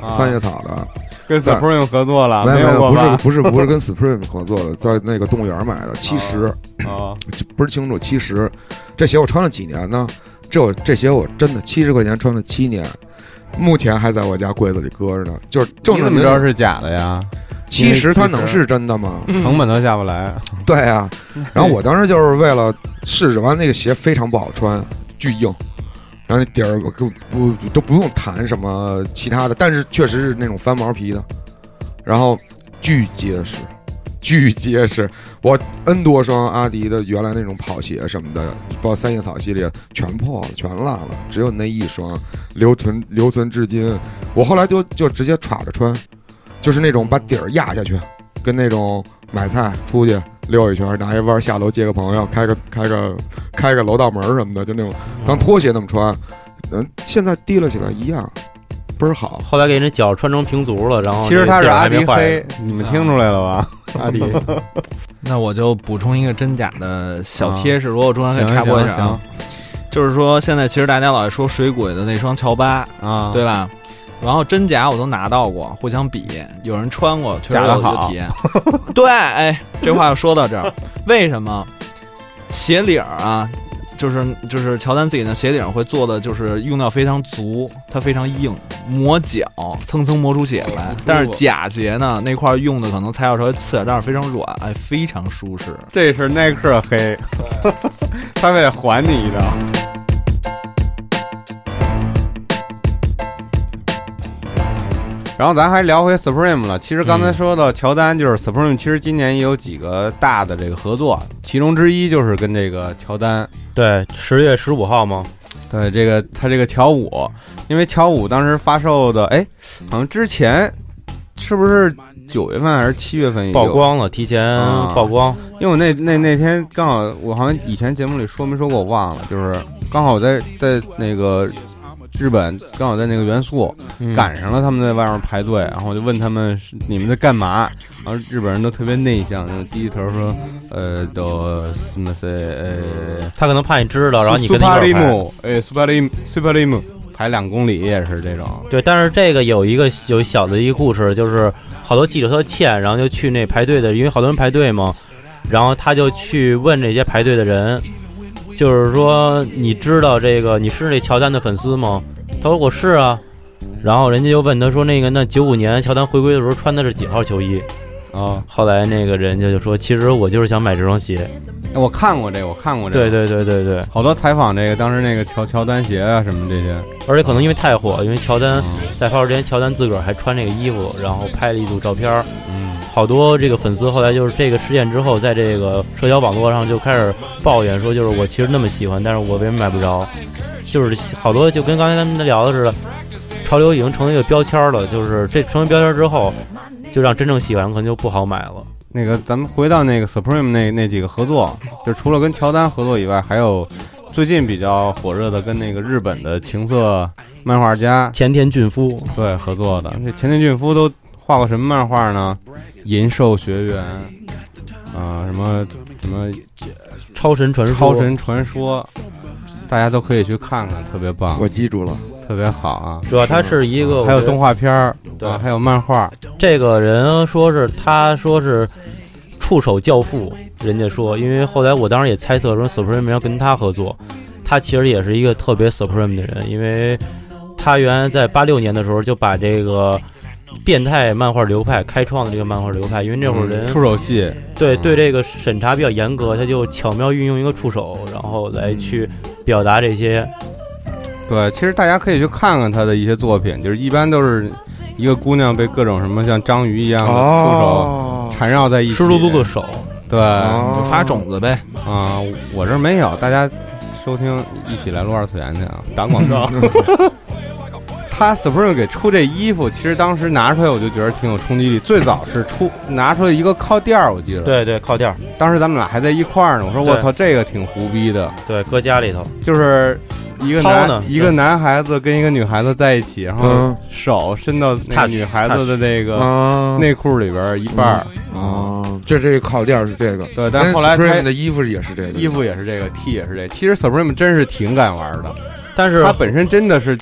S1: 啊
S4: 三叶草的，
S1: 跟 Supreme 合作了，
S4: 没
S1: 啊有过
S4: 不是
S1: 吧？
S4: 不是不 是跟 Supreme 合作的，在那个动物园买的，七十
S1: 啊，
S4: 不是清楚七十。这鞋我穿了几年呢？这我这鞋我真的七十块钱穿了七年，目前还在我家柜子里搁着呢。就是正
S1: 你
S4: 着
S1: 怎么知道是假的呀？
S4: 七
S1: 因为啊
S4: 十，它
S1: 70
S4: 能是真的吗？
S1: 成本都下不来。
S4: 对 啊。嗯然后我当时就是为了试试，完那个鞋非常不好穿，巨硬。然后那底儿我就不都不用谈什么其他的，但是确实是那种翻毛皮的。然后巨结实，巨结实。啊我 N 多双阿迪的原来那种跑鞋啊什么的，包括三叶草系列，全破了，全烂了，只有那一双留存留存至今。我后来就就直接歘着穿，就是那种把底儿压下去，跟那种买菜出去溜一圈，拿一弯儿下楼接个朋友，开个开个开个楼道门儿什么的，就那种当拖鞋那么穿。嗯，现在提了起来一样，倍儿好。
S3: 后来给人脚穿成平足了，然后
S1: 其实他
S3: 那
S1: 是
S3: 地儿
S1: 阿
S3: 哦还没
S1: 迪
S3: 坏
S1: 黑，你们听出来了吧？阿迪，
S2: 那我就补充一个真假的小贴士，如果我中间可以插播一下啊，就是说现在其实大家老爱说水鬼的那双乔巴，
S1: 啊，
S2: 对吧？然后真假我都拿到过，互相比，有人穿过，确实
S1: 假的
S2: 有这个
S1: 好
S2: 体验。 对，哎，这话就说到这儿，为什么鞋领儿啊？就是就是乔丹自己的鞋顶会做的就是用料非常足，它非常硬，磨脚蹭蹭磨出血来。但是假鞋呢，那块儿用的可能材料稍微次点，但是非常软，哎，非常舒适。
S1: 这是耐克黑， 他为了还你一刀。然后咱还聊回 Supreme 了。其实刚才说到乔丹，就是 Supreme，其实今年也有几个大的这个合作，其中之一就是跟这个乔丹
S3: 对，十月十五号嘛，
S1: 对这个，他这个乔五，因为乔五当时发售的，哎，好像之前是不是九月份还是七月份也有
S3: 曝？光了，提前
S1: 啊
S3: 曝光，
S1: 因为我那那那天刚好，我好像以前节目里说没说过，我忘了，就是刚好我在在那个日本，刚好在那个元素
S3: 嗯
S1: 赶上了他们在外面排队，然后我就问他们是你们在干嘛，然后日本人都特别内向，就低头说，呃，都什么谁呃。
S3: 他可能怕你知道，然后你跟他一块儿拍。
S1: Supreme，哎，Supreme Supreme 排两公里也是这种，
S3: 对，但是这个有一个有小的一个故事，就是好多记者特欠，然后就去那排队的，因为好多人排队嘛，然后他就去问这些排队的人，就是说你知道这个你是那乔丹的粉丝吗？他说我是啊，然后人家就问他说那个那九五年乔丹回归的时候穿的是几号球衣？
S1: 啊，
S3: 后来那个人家就说，其实我就是想买这双鞋。
S1: 哎我看过这，我看过这，
S3: 对，对对对对，
S1: 好多采访这个当时那个乔乔丹鞋啊什么这些，
S3: 而且可能因为太火，因为乔丹
S1: 嗯
S3: 在发售之前，乔丹自个儿还穿这个衣服，然后拍了一组照片儿。
S1: 嗯，
S3: 好多这个粉丝后来就是这个事件之后，在这个社交网络上就开始抱怨说，就是我其实那么喜欢，但是我为什么买不着？就是好多就跟刚才咱们聊的似的，潮流已经成为一个标签儿了，就是这成为标签儿之后，就让真正喜欢的人可能就不好买了。
S1: 那个咱们回到那个 Supreme 那那几个合作，就除了跟乔丹合作以外，还有最近比较火热的跟那个日本的情色漫画家
S3: 前田俊夫，
S1: 对合作的，这前田俊夫都画过什么漫画呢？银兽学院。啊、什么什么
S3: 超神嗯传说，
S1: 超神传说，大家都可以去看看，特别棒，
S4: 我记住了，
S1: 特别好啊。
S3: 主要他是一个
S1: 还有
S3: 我觉得
S1: 动画片儿，
S3: 对
S1: 啊还有漫画，
S3: 这个人说是他说是触手教父，人家说，因为后来我当时也猜测说 Supreme 要跟他合作，他其实也是一个特别 Supreme 的人，因为他原来在八六年的时候就把这个变态漫画流派开创了这个漫画流派，因为那会儿人、
S1: 嗯触手戏，
S3: 对
S1: 嗯
S3: 对这个审查比较严格，他就巧妙运用一个触手，然后来去表达这些。
S1: 对，其实大家可以去看看他的一些作品，就是一般都是一个姑娘被各种什么像章鱼一样的
S3: 哦
S1: 触手缠绕在一起，
S3: 湿漉漉的手，
S1: 对，
S3: 哦
S1: 啊，
S2: 就发种子呗，
S1: 我这儿没有，大家收听一起来撸二次元去啊，打广 告。他 Supreme 给出这衣服，其实当时拿出来我就觉得挺有冲击力。最早是出拿出来一个靠垫儿，我记得，
S3: 对对，靠垫儿，
S1: 当时咱们俩还在一块儿呢。我说
S3: 对
S1: 我操，这个挺胡逼的，
S3: 对，搁家里头。
S1: 就是一个
S3: 掏呢
S1: 男一个男孩子跟一个女孩子在一起，然后
S4: 嗯
S1: 手伸到那个
S3: Touch，
S1: 女孩子的那个
S4: 啊
S1: 内裤里边儿一半儿。
S4: 啊，这这个靠垫儿是这个，
S1: 对，嗯但后来
S4: 嗯哎 Supreme
S1: 他
S4: 的衣服也是这个
S1: 衣服也是这个，T 也是这个。其实 Supreme 真是挺敢玩的，
S3: 但是
S1: 他本身真的是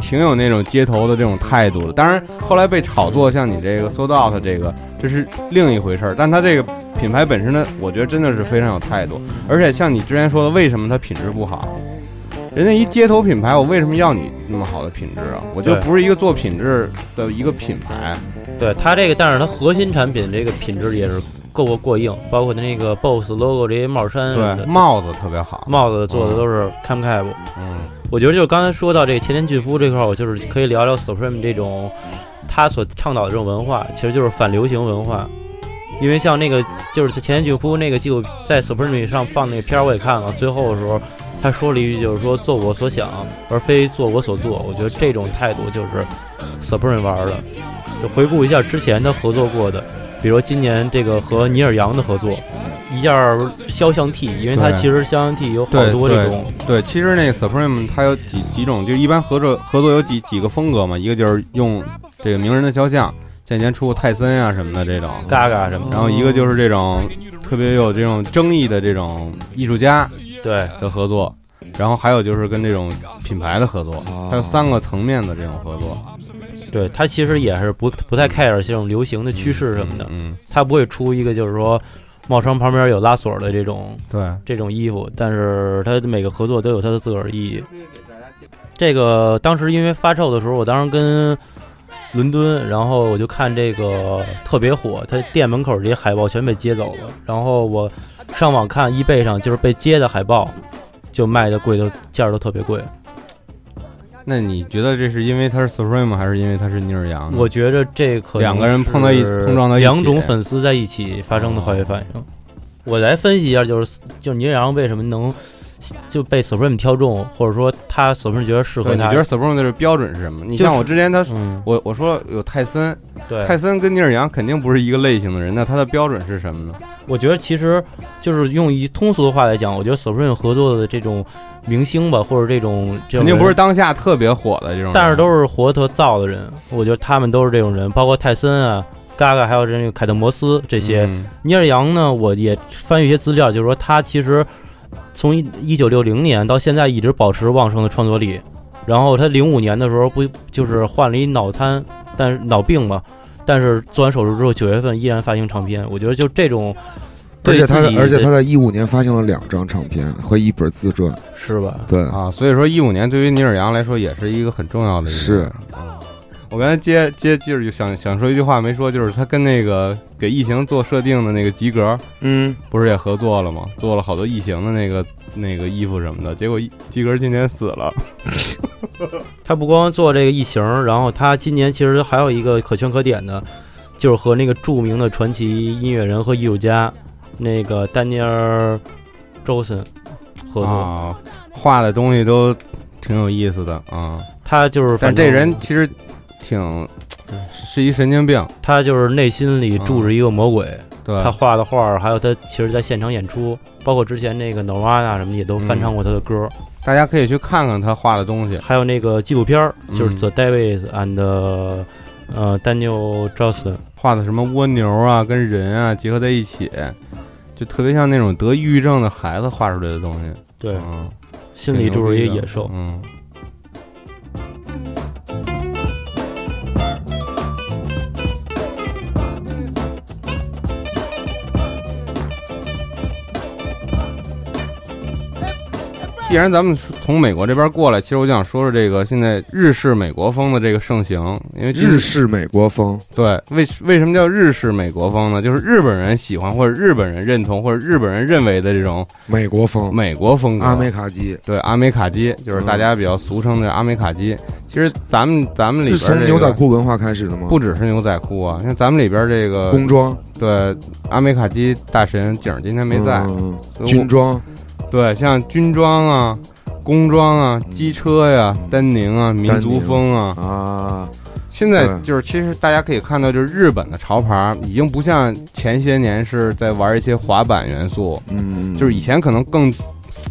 S1: 挺有那种街头的这种态度的。当然后来被炒作，像你这个 Sold Out 这个，这是另一回事儿。但他这个品牌本身呢，我觉得真的是非常有态度。而且像你之前说的，为什么它品质不好？人家一街头品牌，我为什么要你那么好的品质啊？我就
S3: 对
S1: 不是一个做品质的一个品牌。
S3: 对它这个，但是它核心产品这个品质也是够过过硬，包括它那个 BOSS logo 这些帽衫什么
S1: 嗯对，
S3: 的，
S1: 帽子特别好。
S3: 帽子做的都是 cam cap。
S1: 嗯，嗯
S3: 我觉得就是刚才说到这个前田俊夫这块儿，我就是可以聊聊 Supreme 这种他所倡导的这种文化，其实就是反流行文化。因为像那个就是前田俊夫那个纪录在 Supreme 上放那片儿，我也看了，最后的时候他说了一句，就是说做我所想，而非做我所做。我觉得这种态度就是 Supreme 玩儿的。就回顾一下之前他合作过的，比如今年这个和尼尔杨的合作，一件儿肖像 T，因为他
S1: 对
S3: 其实肖像 T 有好
S1: 对
S3: 多这
S1: 对
S3: 种
S1: 对，其实那个 Supreme 它有几几种，就一般合作合作有几几个风格嘛，一个就是用这个名人的肖像，像以前出过泰森啊什么的这种，
S3: 嘎嘎什么的。
S1: 然后一个就是这种特别有这种争议的这种艺术家
S3: 对，
S1: 的合作，然后还有就是跟这种品牌的合作，
S4: 哦
S1: 它有三个层面的这种合作，
S3: 对他其实也是不不太 care 这种流行的趋势什么的，
S1: 嗯，嗯
S3: 他不会出一个就是说帽衫旁边有拉锁的这种
S1: 对。
S3: 这种衣服，但是他每个合作都有他的自个儿意义。这个当时因为发售的时候，我当时跟伦敦，然后我就看这个特别火，他店门口这些海报全被接走了。然后我上网看易贝上就是被接的海报，就卖的贵的价儿都特别贵。
S1: 那你觉得这是因为它是 Supreme 还是因为它是尼尔杨呢？
S3: 我觉着这可能
S1: 啊两个人碰到一
S3: 是
S1: 碰撞到一起啊
S3: 两种粉丝在一起发生的化学反应。我来分析一下，就是就是牛羊为什么能就被 Supreme 挑中，或者说他 Supreme 觉得适合
S1: 对，你
S3: 他。
S1: 觉得 Supreme 的标准是什么？你
S3: 就是
S1: 像我之前他
S3: 嗯，
S1: 我我说有泰森，泰
S3: 对，
S1: 森跟尼尔杨肯定不是一个类型的人，那他的标准是什么呢？
S3: 我觉得其实就是用一通俗的话来讲，我觉得 Supreme 合作的这种明星吧，或者这种这
S1: 肯
S3: 种
S1: 定
S3: 人
S1: 不是，当下特别火的这种人，
S3: 但是都是活特燥的人。我觉得他们都是这种人，包括泰森啊、嘎嘎，还有这个凯特摩斯这
S1: 这
S3: 些。尼尔杨呢，我也翻阅一些资料，就是说他其实从一九六零年到现在一直保持旺盛的创作力。然后他零五年的时候不就是患了一脑瘫，但是脑病嘛，但是做完手术之后九月份依然发行唱片。我觉得就这种
S4: 而
S3: 对
S4: 且
S3: 自己，
S4: 他在而且他在一五年发行了两张唱片和一本自传，
S3: 是吧？
S4: 对，
S1: 啊，所以说一五年对于尼尔杨来说也是一个很重要的一个
S4: 是。
S1: 嗯我刚才接接接着就想想说一句话没说，就是他跟那个给异形做设定的那个吉格，
S4: 嗯，
S1: 不是也合作了吗？做了好多异形的那个那个衣服什么的，结果吉格今年死了。
S3: 他不光做这个异形，然后他今年其实还有一个可圈可点的，就是和那个著名的传奇音乐人和艺术家那个丹尼尔·周森合作。
S1: 啊，画的东西都挺有意思的啊。
S3: 他就是，
S1: 但
S3: 反正
S1: 这人其实挺是一神经病，
S3: 他就是内心里住着一个魔鬼。
S1: 对，
S3: 他画的画儿，还有他其实在现场演出，包括之前那个 Nirvana 什么的也都翻唱过他的歌儿，
S1: 大家可以去看看他画的东西。
S3: 还有那个纪录片儿，就是
S1: 嗯
S3: The Davis and 呃 Daniel Johnson。
S1: 画的什么蜗牛啊，跟人啊结合在一起，就特别像那种得抑郁症的孩子画出来的东西。
S3: 对，
S1: 嗯，
S3: 心里住着一
S1: 挺
S3: 个
S1: 牛逼的
S3: 野兽。
S1: 嗯，既然咱们从美国这边过来，其实我就想说说这个现在日式美国风的这个盛行，因为其实
S4: 日式美国风，
S1: 对，为为什么叫日式美国风呢？就是日本人喜欢或者日本人认同或者日本人认为的这种
S4: 美国风，
S1: 美国风格。
S4: 阿美卡基，
S1: 对阿美卡基，就是大家比较俗称的阿美卡基。其实咱们咱们里边、这
S4: 是从
S1: 个、
S4: 牛仔裤文化开始的吗？
S1: 不只是牛仔裤啊，像咱们里边这个
S4: 工装
S1: 对阿美卡基大神景儿今天没在，
S4: 嗯
S1: 所以我
S4: 军装，
S1: 对像军装啊、工装啊、机车呀、丹宁啊、民族风啊，
S4: 啊，
S1: 现在
S4: 对
S1: 就是，其实大家可以看到，就是日本的潮牌已经不像前些年是在玩一些滑板元素，
S4: 嗯，
S1: 就是以前可能更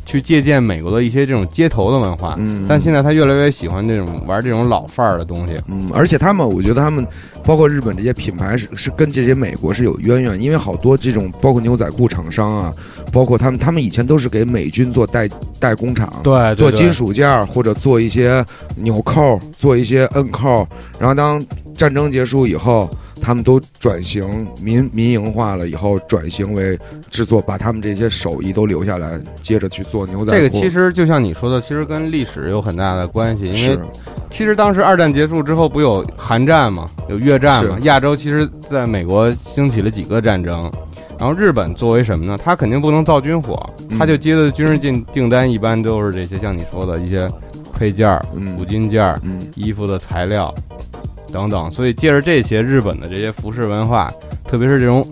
S1: 去借鉴美国的一些这种街头的文化，
S4: 嗯，
S1: 但现在他越来越喜欢这种玩这种老范儿的东西。
S4: 嗯，而且他们，我觉得他们，包括日本这些品牌是是跟这些美国是有渊源，因为好多这种包括牛仔裤厂商啊，包括他们，他们以前都是给美军做代代工厂，
S1: 对，
S4: 做金属件儿或者做一些纽扣，做一些摁扣，然后当战争结束以后，他们都转型民民营化了，以后转型为制作，把他们这些手艺都留下来，接着去做牛仔裤。
S1: 这个其实就像你说的，其实跟历史有很大的关系，因为
S4: 是
S1: 其实当时二战结束之后，不有韩战嘛，有越战嘛，
S4: 是
S1: 亚洲其实在美国兴起了几个战争。然后日本作为什么呢？它肯定不能造军火，
S4: 嗯
S1: 它就接的军事订订单一般都是这些，像你说的一些配件儿、
S4: 嗯
S1: 五金件儿、
S4: 嗯
S1: 衣服的材料，等等。所以借着这些日本的这些服饰文化，特别是这种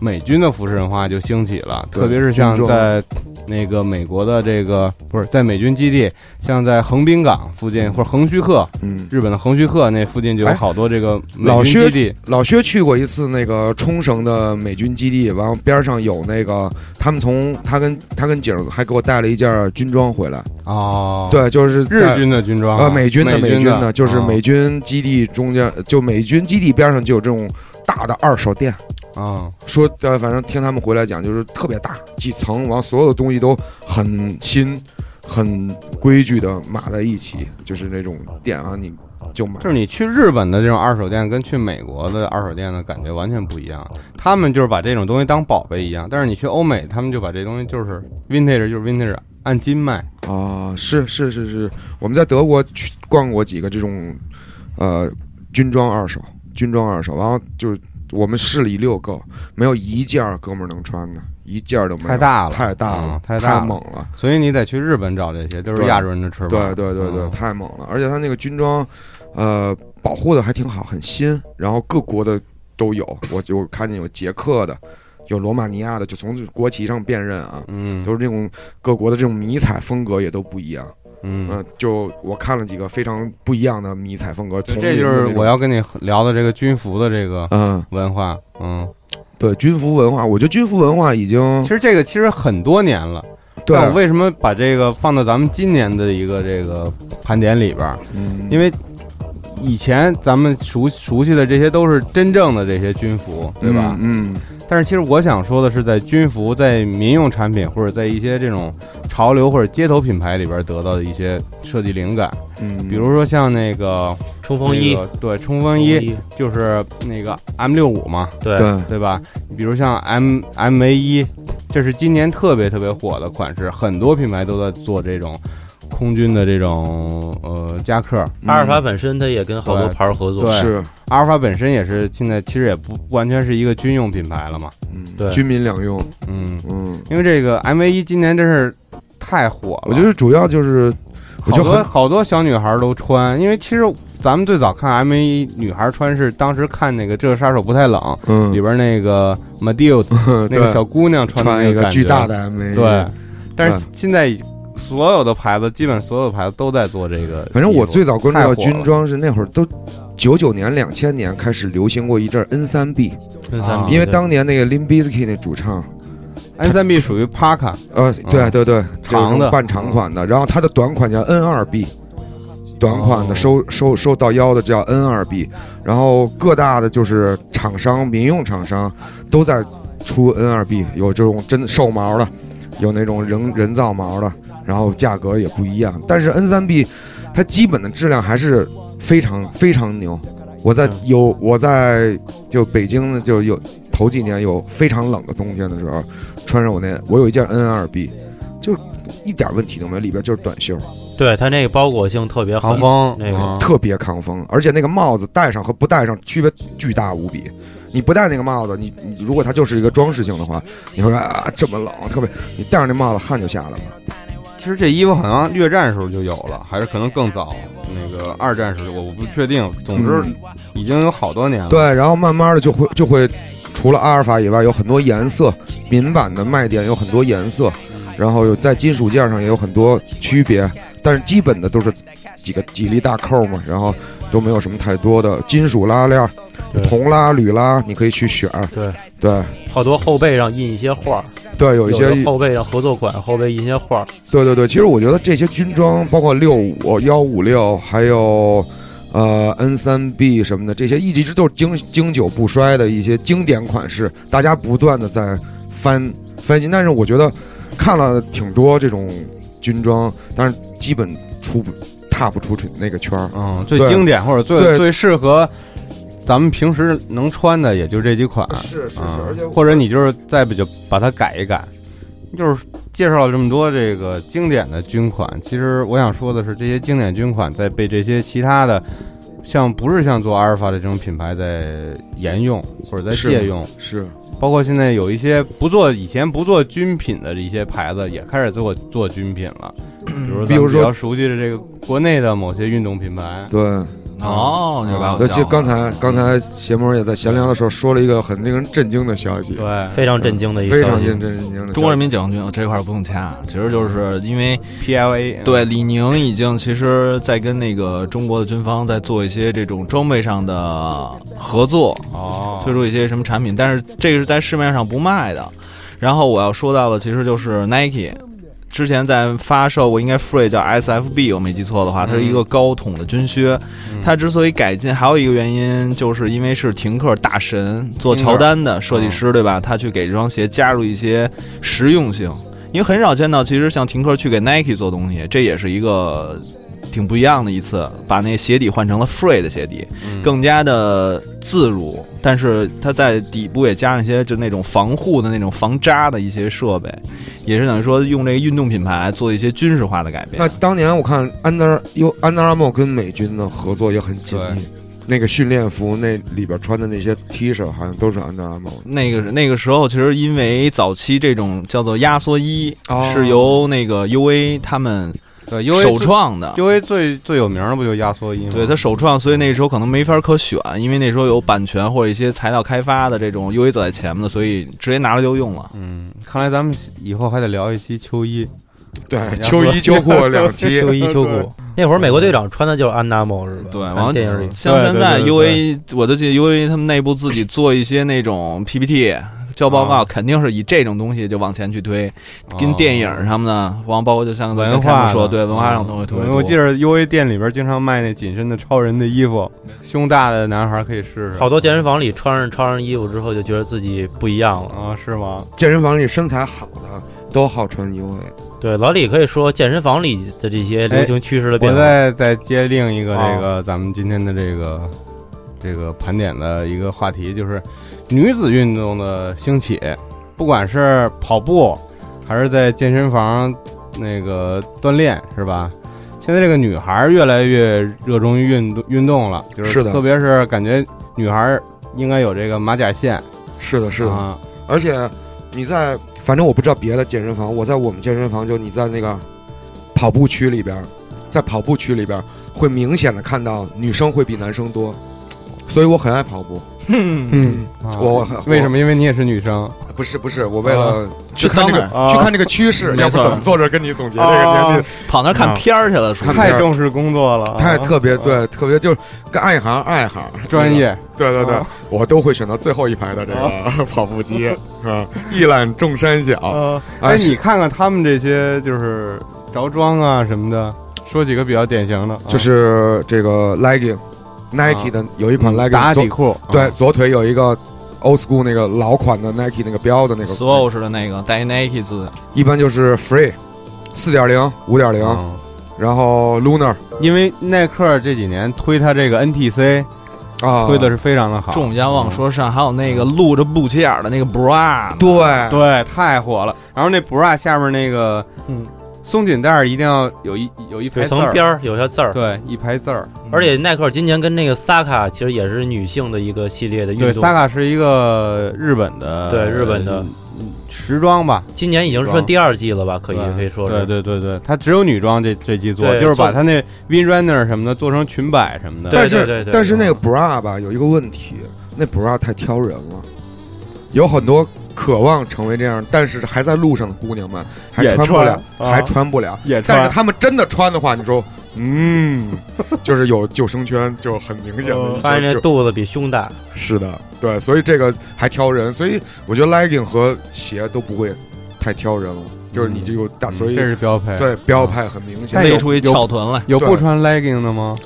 S1: 美军的服饰文化就兴起了，
S4: 对
S1: 特别是像
S4: 军装
S1: 在那个美国的这个不是在美军基地，像在横滨港附近或者横须贺，
S4: 嗯，
S1: 日本的横须贺那附近就有
S4: 哎
S1: 好多这个美
S4: 老
S1: 军基
S4: 薛
S1: 地。
S4: 老薛去过一次那个冲绳的美军基地，完了边上有那个他们从他跟他跟景儿还给我带了一件军装回来，
S1: 哦，，
S4: 对，就是在
S1: 日军的军装啊
S4: 呃，美军的
S1: 美
S4: 美军的，就是
S1: 哦
S4: 美军基地中间，就美军基地边上就有这种大的二手店。
S1: 啊，
S4: 说，呃，反正听他们回来讲，就是特别大，几层，完所有的东西都很新、很规矩的码在一起，就是那种店啊，你就买。
S1: 就是你去日本的这种二手店，跟去美国的二手店的感觉完全不一样。他们就是把这种东西当宝贝一样，但是你去欧美，他们就把这东西就是 vintage 就是 vintage 按斤卖。
S4: 啊，是是是是，我们在德国去逛过几个这种，呃，军装二手，军装二手，然后就是我们试了一溜够，没有一件儿哥们儿能穿的，一件儿都没有，
S1: 太大了
S4: 太大
S1: 嗯
S4: 了，
S1: 太大了
S4: 猛了。
S1: 所以你得去日本找这些，都是
S4: 对
S1: 亚洲人的吃法。
S4: 对对对对，
S1: 嗯
S4: 太猛了！而且它那个军装，呃，保护的还挺好，很新。然后各国的都有，我就看见有捷克的，有罗马尼亚的，就从国旗上辨认啊，
S1: 嗯，
S4: 都是这种各国的这种迷彩风格也都不一样。
S1: 嗯
S4: 嗯、，就我看了几个非常不一样的迷彩风格，
S1: 就
S4: 丛
S1: 这
S4: 林
S1: 就
S4: 的
S1: 是
S4: 那
S1: 我
S4: 种
S1: 要跟你聊的这个军服的这个
S4: 嗯，
S1: 文化。嗯，
S4: 对军服文化，我觉得军服文化已经
S1: 其实这个其实很多年了。
S4: 嗯对啊
S1: 那，我为什么把这个放到咱们今年的一个这个盘点里边儿？
S4: 嗯
S1: 因为以前咱们熟熟悉的这些都是真正的这些军服，对吧？
S4: 嗯，
S1: 但是其实我想说的是，在军服、在民用产品或者在一些这种潮流或者街头品牌里边得到的一些设计灵感，
S4: 嗯，嗯
S1: 比如说像那个
S3: 冲锋衣
S1: 嗯那，个对，冲锋衣，就是那个 M 六五嘛，
S3: 对
S4: 对，
S1: 对吧？比如像 M M A 一，这是今年特别特别火的款式，很多品牌都在做这种空军的这种呃夹克，
S4: 嗯
S3: 阿尔法本身它也跟好多
S1: 对
S3: 牌儿合作
S1: 对，
S4: 是
S1: 阿尔法本身也是现在其实也不不完全是一个军用品牌了嘛，
S3: 对
S4: 嗯，军民两用，
S1: 嗯，
S4: 嗯。
S1: 因为这个 M A 一今年真是太火了，
S4: 我觉得主要就是，
S1: 好
S4: 我觉得
S1: 多
S4: 很
S1: 好多小女孩都穿，因为其实咱们最早看 M A 一女孩穿是当时看那个《这个杀手不太冷》
S4: 嗯
S1: 里边那个 Madeo 那个
S4: 对
S1: 小姑娘穿的
S4: 穿
S1: 那
S4: 一个
S1: 感觉
S4: 巨大的嗯 MV，
S1: 对，但是现在所有的牌子，基本所有的牌子都在做这个衣服，
S4: 反正我最早关注
S1: 太火
S4: 到
S1: 了
S4: 军装是那会儿都。九九年、两千年开始流行过一阵 N 三 B，
S3: 跟三
S1: 啊
S3: 米
S4: 因为
S3: 对
S4: 当年那个 Lim Bisky 那主唱，
S1: N 三 B 属于 Parka，
S4: 呃，对对对，就是那
S1: 啊长的
S4: 种半长款的，然后它的短款叫 N 二 B，短款
S1: 哦
S4: 的收收收到腰的叫 N 二 B，然后各大的就是厂商、民用厂商都在出 N 二 B，有这种真兽毛的，有那种人人造毛的，然后价格也不一样。但是 N 三 B 它基本的质量还是非常非常牛。我在
S3: 嗯
S4: 有我在就北京呢，就有头几年有非常冷的冬天的时候，穿上我那我有一件 N 二 B，就一点问题都没有，里边就是短袖，
S3: 对它那个包裹性特别好
S1: 航，风
S3: 那个
S1: 嗯
S4: 特别抗风，而且那个帽子戴上和不戴上区别巨大无比。你不戴那个帽子，你你如果它就是一个装饰性的话，你会说啊这么冷，特别你戴上那帽子汗就下来了。
S1: 其实这衣服好像越战时候就有了，还是可能更早，那个二战时候我不确定。总之
S4: 嗯
S1: 已经有好多年
S3: 啊
S1: 了。
S4: 对，然后慢慢的就会就会，除了阿尔法以外，有很多颜色，民版的卖点有很多颜色，然后有在金属件上也有很多区别，但是基本的都是几个几粒大扣嘛，然后都没有什么太多的金属拉链，
S3: 对
S4: 铜拉、铝拉，你可以去选。
S3: 对
S4: 对
S3: 好多后背上印一些画儿，
S4: 对，有
S3: 有
S4: 一些
S3: 的后背上合作款，后背印一些画儿，
S4: 对对对，其实我觉得这些军装，包括六五、幺五六，还有呃 N 三 B 什么的，这些一直都是经经久不衰的一些经典款式，大家不断的在翻翻新。但是我觉得看了挺多这种军装，但是基本出不踏不出去那个圈儿。啊
S1: 嗯，最
S4: 对
S1: 经典或者最
S4: 对
S1: 最适合咱们平时能穿的，也就这几款。
S4: 是是
S1: 嗯或者你就是再不就把它改一改。就是介绍了这么多这个经典的军款，其实我想说的是，这些经典军款在被这些其他的像不是像做阿尔法的这种品牌在沿用或者在
S4: 是
S1: 借用，
S4: 是
S1: 包括现在有一些不做以前不做军品的一些牌子也开始做做军品了，比如咱们
S4: 嗯比如说
S1: 比较熟悉的这个国内的某些运动品牌，
S4: 对，
S2: 哦，你就把我
S4: 那
S2: 叫
S4: 就
S2: 了嗯
S4: 刚才刚才邪魔也在闲聊的时候说了一个很令人震惊的消息，
S1: 对
S3: 非常震惊的一
S4: 非
S3: 个
S4: 常
S3: 消息。
S4: 震震惊的消息。
S2: 中国人民解放军这块儿不用掐，其实就是因为
S1: PLA
S2: 对李宁已经其实在跟那个中国的军方在做一些这种装备上的合作，
S1: 哦，
S2: 推出一些什么产品，但是这个是在市面上不卖的。然后我要说到的其实就是 Nike，之前在发售过应该 Free 叫 SFB，我没记错的话，它是一个高筒的军靴。它之所以改进，还有一个原因就是因为是停克大神做乔丹的设计师，对吧？他去给这双鞋加入一些实用性，因为很少见到，其实像停克去给 Nike 做东西，这也是一个。挺不一样的一次，把那鞋底换成了 Free 的鞋底，更加的自如，但是它在呃底部也加上一些就那种防护的那种防扎的一些设备，也是等于说用这个运动品牌做一些军事化的改变
S4: 那。当年我看安德又安德拉莫跟美军的合作也很紧密，那个训练服那里边穿的那些 T 恤好像都是安德拉莫的。
S2: 那个那个时候，其实因为早期这种叫做压缩衣、
S4: 哦
S2: 是由那个 U A 他们
S1: 对，因为
S2: 首创的，
S1: 因为最最有名的不就压缩衣吗？
S2: 对它首创，所以那时候可能没法可选，因为那时候有版权或者一些材料开发的这种 U A 走在前面的，所以直接拿来就用了。
S1: 嗯，看来咱们以后还得聊一期秋衣，
S4: 对，秋衣秋 裤 两期，
S3: 秋衣秋裤，那会儿美国队长穿的就是安娜莫是吧？
S2: 对，
S3: 看
S2: 完了
S3: 电影里
S2: 像
S1: 对
S2: 现
S1: 对
S2: 在
S1: 对
S2: U A，我就记得 U A 他们内部自己做一些那种 P P T 交报
S1: 哦
S2: 告，肯定是以这种东西就往前去推，跟电影上面呢，完包括就像
S1: 文
S2: 刚才
S1: 化
S2: 他们说，
S1: 呢
S2: 对哦文化上的东西特别
S1: 我
S2: 多。
S1: 我记得 U A 店里边经常卖那紧身的超人的衣服，胸大的男孩可以试试。
S3: 好多健身房里穿上穿上衣服之后就觉得自己不一样了。
S1: 啊，是吗？
S4: 健身房里身材好的都好穿 UA。
S3: 对，老李可以说健身房里的这些流行趋势
S1: 哎
S3: 的
S1: 我
S3: 变化。
S1: 再再接另一个这个咱们今天的这个这个盘点的一个话题，就是女子运动的兴起，不管是跑步还是在健身房那个锻炼，是吧？现在这个女孩儿越来越热衷于运动运动了，就是
S4: 是的
S1: 特别是感觉女孩儿应该有这个马甲线，
S4: 是的，是的，
S1: 啊，
S4: 而且你在，反正我不知道别的健身房，我在我们健身房就你在那个跑步区里边儿，在跑步区里边儿会明显的看到女生会比男生多，所以我很爱跑步。嗯，
S1: 啊
S4: 我我
S1: 为什么？因为你也是女生，
S4: 不是不是，我为
S1: 哦
S4: 了去
S2: 去
S4: 看这个
S2: 当
S1: 那儿
S4: 去看这个趋势，
S2: 没
S4: 要不
S2: 错
S4: 怎么坐这儿跟你总结这
S1: 哦
S4: 个年龄？
S2: 跑那儿啊看片儿去了，属于
S4: 看
S1: 太
S4: 片儿
S1: 重视工作了，
S4: 太
S1: 啊
S4: 特别
S1: 啊
S4: 对，特别就是跟爱行爱行
S1: 专。业，哦
S4: 对对对
S1: 啊，
S4: 我都会选择最后一排的这个 跑步机啊，一览众山小。
S1: 啊，
S4: 啊
S1: 哎，
S4: 是
S1: 你看看他们这些就是着装啊什么的，说几个比较典型的，啊
S4: 就是这个 legging Nike 的有一款啊
S1: 啊嗯
S4: legging，
S1: 打
S4: 左
S1: 底裤，哦
S4: 对，左腿有一个 old school 那个老款的 Nike 那个标的那个，
S2: 所有式的那个带一 Nike 字，
S4: 一般就是 free 四点零、五点零，
S1: 嗯，
S4: 然后 lunar
S1: 因为耐克这几年推它这个 NTC
S4: 啊，
S1: 推的是非常的好，
S2: 众家忘说上，还有那个露着肚脐眼儿的那个 bra，呢
S4: 对
S1: 对，太火了。然后那 bra 下面那个
S2: 嗯
S1: 松紧带儿一定要有一有一
S3: 有
S1: 排字
S3: 层
S1: 儿，
S3: 边儿，有些字儿，
S1: 对，一排字儿。
S3: 而且耐克今年跟那个 Saka 其实也是女性的一个系列的运
S1: 对
S3: 动，
S1: ，Saka 是一个日本的，
S3: 对日本的
S1: 嗯时装吧，
S3: 今年已经是算第二季了吧？可以
S1: 对
S3: 可以说
S1: 对
S3: 是，
S1: 对对对，它只有女装这这季做，
S3: 对
S1: 就是把
S3: 做
S1: 它那 v i n runner 什么的做成裙摆什么的。
S3: 对
S4: 但
S3: 对对
S4: 是
S3: 对
S4: 但是那个 bra 吧有一个问题，那 bra 太挑人了，有很多渴望成为这样，但是还在路上的姑娘们还
S1: 也
S4: 穿不
S1: 穿
S4: 了，
S1: 啊
S4: 还穿不了。
S1: 也
S4: 但是她们真的穿的话，你说，嗯，就是有救生圈，就很明显的，
S3: 发现
S4: 就
S3: 这
S4: 就。
S3: 肚子比胸大，
S4: 是的，对，所以这个还挑人，所以我觉得 legging 和鞋都不会太挑人了，就是你就有大，所以
S1: 嗯这是标配。
S4: 对标配很明显。
S1: 但
S2: 勒
S1: 有
S2: 出一
S1: 有
S2: 翘臀来。
S1: 有
S4: 对
S1: 不穿 legging 的吗？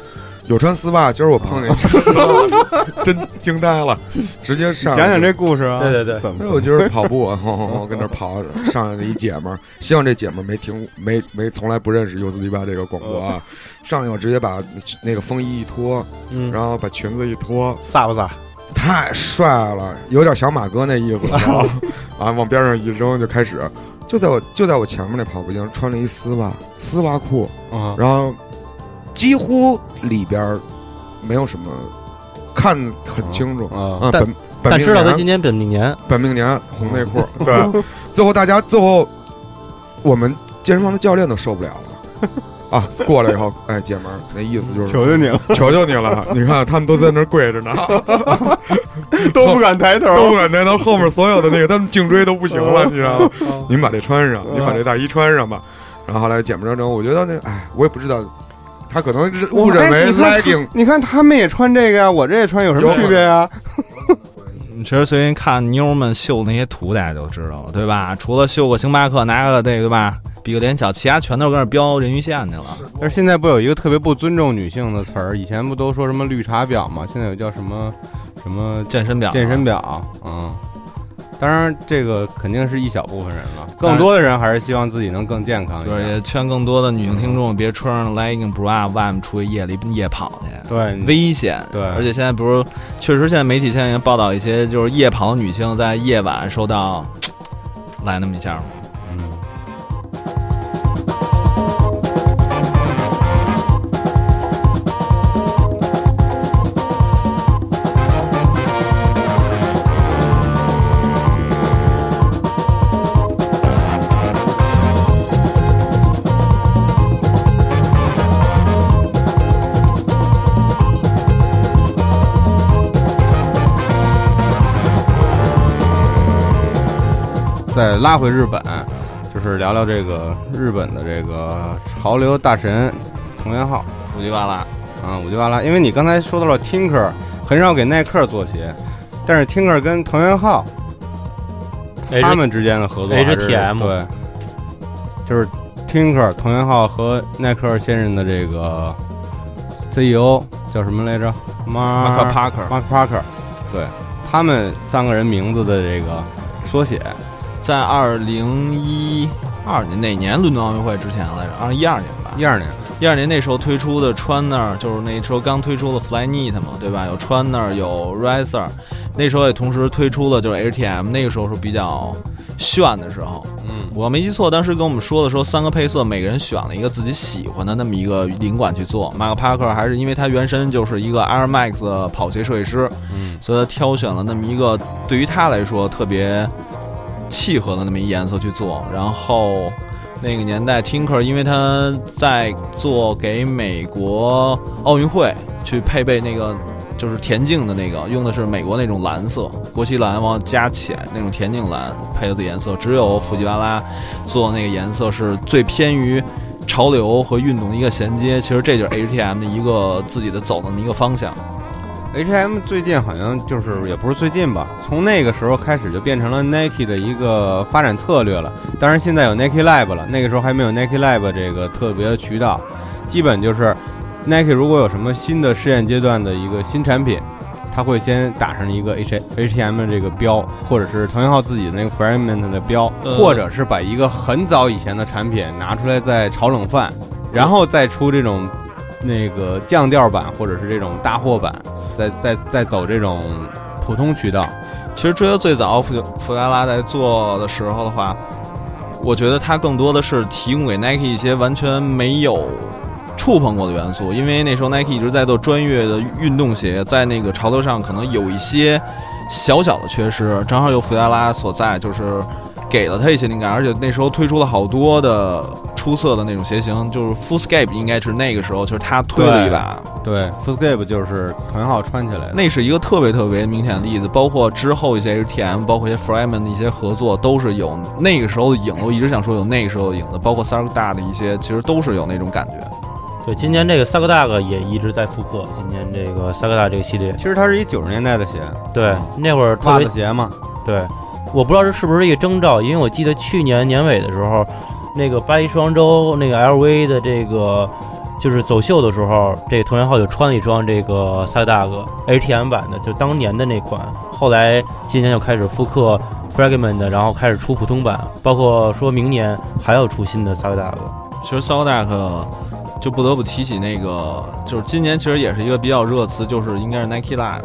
S4: 有穿丝袜，今儿我碰
S3: 啊
S4: 见一穿丝袜，真惊呆了，直接上
S1: 讲
S4: 来就
S1: 讲这故事啊。
S3: 对对对
S1: 怎么
S4: 所以我今儿跑步，啊 吼吼吼，跟那儿跑，上来了一姐们儿，希望这姐们儿没听没没从来不认识 U 字迪吧这个广播
S3: 哦
S4: 啊。上来我直接把那个风衣一脱，
S3: 嗯，
S4: 然后把裙子一脱，
S3: 飒不飒？
S4: 太帅了，有点小马哥那意思，你知
S3: 哦
S4: 道吗啊，往边上一扔就开始，就在我就在我前面那跑步机上穿了一丝袜丝袜裤，
S1: 啊？
S4: 然后几乎里边儿没有什么看很清楚
S1: 啊，
S4: 啊，
S3: 但
S4: 本本
S3: 但
S4: 命
S3: 知道
S4: 年
S3: 他今年本命年，
S4: 本命年红内 裤， 对，最后大家最后我们健身房的教练都受不了了，啊，过来以后，哎，姐们儿，那意思就是
S1: 求求你了，
S4: 求求你了，你看他们都在那儿跪着呢，
S1: 都不敢抬
S4: 都
S1: 头
S4: 不。敢抬头，后面所有的那个他们颈椎都不行
S1: 哦
S4: 了，你知道吗？您把这穿上，您把这大衣穿上吧。然后后来姐们儿整，我觉得那哎，我也不知道，他可能是误认
S1: 哎
S4: 为
S1: 你看
S4: legging
S1: 你看他们也穿这个呀，我这也穿，有什么区别啊呀？
S2: 你其实随便看妞们秀那些图，大家就知道了，对吧？除了秀个星巴克，拿个这个对吧，比个脸小，其他全都跟那标人鱼线去了。
S1: 但是现在不有一个特别不尊重女性的词儿？以前不都说什么绿茶婊吗？现在有叫什么什么
S2: 健身表，啊
S1: 健身表，嗯。当然，这个肯定是一小部分人了，更多的人还是希望自己能更健康一
S2: 就是
S1: 点。
S2: 也劝更多的女性听众别穿上 legging bra 外面出去夜里夜跑去，
S1: 对，你
S2: 危险。
S1: 嗯对
S2: 而且现在不是，确实现在媒体现在也报道一些就是夜跑女性在夜晚受到来那么一下吗？
S1: 嗯再拉回日本，就是聊聊这个日本的这个潮流大神藤原浩
S2: 五级巴拉，
S1: 啊，五吉巴拉。因为你刚才说到了 Tinker，很少给耐克做鞋，但是 Tinker 跟藤原浩
S3: 哎
S1: 他们之间的合作还是
S3: HTM
S1: 对，就是 Tinker 藤原浩和耐克现任的这个 CEO 叫什么来着？马
S2: 马克帕克
S1: Mark Parker，对他们三个人名字的这个缩写。
S2: 在二零一二年哪年伦敦奥运会之前来着？二零一二年吧。
S1: 一二年，
S2: 一二年那时候推出的穿那儿，就是那时候刚推出了 Flyknit 嘛，对吧？有穿那儿，有 Riser，那时候也同时推出了就是 HTM，那个时候是比较炫的时候。
S1: 嗯，
S2: 我没记错，当时跟我们说的时候，三个配色每个人选了一个自己喜欢的那么一个领馆去做。马克帕克还是因为他原身就是一个 Air Max 的跑鞋设计师，
S1: 嗯，
S2: 所以他挑选了那么一个对于他来说特别契合的那么一颜色去做。然后那个年代，Tinker 因为他在做给美国奥运会去配备那个。就是田径的那个，用的是美国那种蓝色，国旗蓝，往加浅那种田径蓝配的颜色。只有弗吉巴拉做那个颜色是最偏于潮流和运动的一个衔接。其实这就是 HTM 的一个自己的走的那么一个方向。
S1: H&M 最近好像就是也不是最近吧，从那个时候开始就变成了 Nike 的一个发展策略了。当然现在有 Nike Lab 了，那个时候还没有 Nike Lab 这个特别的渠道，基本就是 Nike 如果有什么新的试验阶段的一个新产品，它会先打上一个 H H&M 的这个标，或者是藤原浩自己的那个 Fragment 的标，
S2: 呃
S1: 或者是把一个很早以前的产品拿出来再炒冷饭，然后再出这种那个降调版或者是这种大货版。再再再走这种普通渠道，
S2: 其实追到最早，弗弗加拉在做的时候的话，我觉得它更多的是提供给 Nike 一些完全没有触碰过的元素，因为那时候 Nike 一直在做专业的运动鞋，在那个潮流上可能有一些小小的缺失，正好有弗加拉所在，就是给了他一些灵感，而且那时候推出了好多的出色的那种鞋型，就是 Fooscape 应该是那个时候就是他推了一把，
S1: 对 f o o t s c a p e 就是团号穿起来的。
S2: 那是一个特别特别明显的例子，包括之后一些 HTM，包括一些 Freeman 的一些合作，都是有那个时候的影子。我一直想说有那个时候的影子，包括 Sark 大的一些，其实都是有那种感觉。
S3: 对，今年这个萨克大哥也一直在复刻，今年这个萨克大这个系列，
S1: 其实它是一九十年代的鞋，
S3: 对，那会儿特
S1: 袜
S3: 别
S1: 子鞋嘛。
S3: 对，我不知道这是不是一个征兆，因为我记得去年年尾的时候，那个巴黎时装周那个 LV 的这个就是走秀的时候，这个藤原浩就穿了一双这个萨大哥 HTM 版的，就当年的那款。后来今年又开始复刻 Fragment 的，然后开始出普通版，包括说明年还要出新的萨大哥。
S2: 其实 Sark 就不得不提起那个，就是今年其实也是一个比较热词，就是应该是 Nike Live，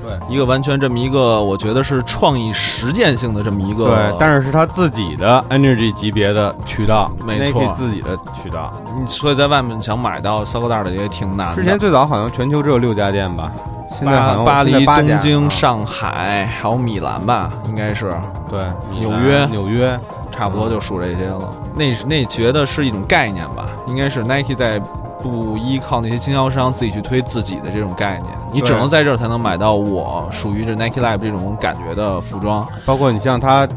S1: 对
S2: 一个完全这么一个，我觉得是创意实践性的这么一个。
S1: 对，但是是它自己的 Energy 级别的渠道
S2: 没错
S1: ，Nike 自己的渠道。
S2: 你所以在外面想买到 Sark 大的也挺难的。
S1: 之前最早好像全球只有六家店吧，现在好像
S2: 巴巴
S1: 现
S2: 黎、
S1: 在八家
S2: 东京、
S1: 啊
S2: 上海还有米兰吧，应该是。
S1: 对米兰
S2: 纽约
S1: 纽约，
S2: 差不多就数这些了。那是那觉得是一种概念吧，应该是 Nike 在不依靠那些经销商自己去推自己的这种概念，你只
S1: 对
S2: 能在这儿才能买到我属于这 Nike Live 这种感觉的服装。
S1: 包括你像他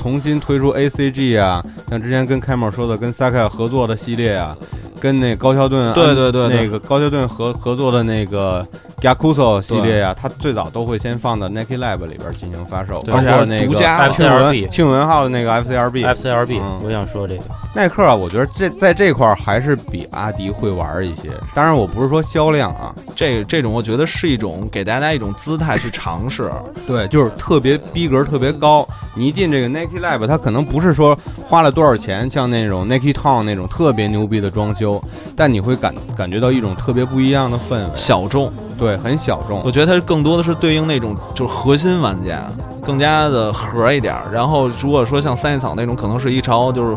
S1: 重新推出 ACG 啊，像之前跟开某说的跟 Saka 合作的系列啊，跟那高桥盾
S2: 对对对对
S1: 那个高桥盾合合作的那个 Yakuso 系列啊，它最早都会先放到 Nike Lab 里边进行发售，
S2: 对
S1: 包括那
S2: 独
S1: 个
S2: 家
S1: 庆文
S3: FCRB
S1: 庆文号的那个 FCRB。
S3: FCRB，、
S1: 嗯
S3: 我想说这个，
S1: 耐克啊，我觉得这在这块儿还是比阿迪会玩一些。当然，我不是说销量啊，
S2: 这这种我觉得是一种给大家一种姿态去尝试，
S1: 对，就是特别逼格特别高。你一进这个 Nike Lab，它可能不是说花了多少钱，像那种 Nike Town 那种特别牛逼的装修，但你会感感觉到一种特别不一样的氛围。
S2: 小众。
S1: 对，很小众
S2: 我。觉得它更多的是对应那种就是核心玩家，更加的核一点儿。然后如果说像三叶草那种，可能是一潮就是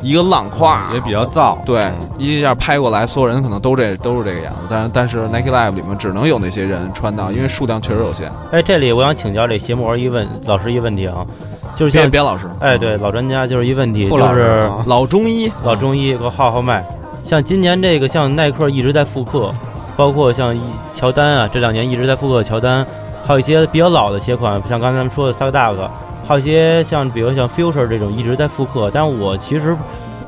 S2: 一个浪跨，
S1: 也比较燥，
S2: 对
S1: 嗯，
S2: 一下拍过来，所有人可能都这都是这个样子。但是但是 Nike Live 里面只能有那些人穿到，因为数量确实有限。
S3: 哎，这里我想请教这邪魔一问老师一个问题啊，就是
S2: 谢谢
S3: 像
S2: 边老师，
S3: 哎对老专家就是一问题，
S1: 不
S3: 就
S1: 老实
S3: 是
S1: 啊
S2: 老中医，
S3: 老中医和浩浩麦，像今年这个像耐克一直在复刻，包括像一乔丹啊，这两年一直在复刻乔丹，还有一些比较老的鞋款，像刚才咱们说的 s a d a g 还有一些像比如像 Future 这种一直在复刻，但我其实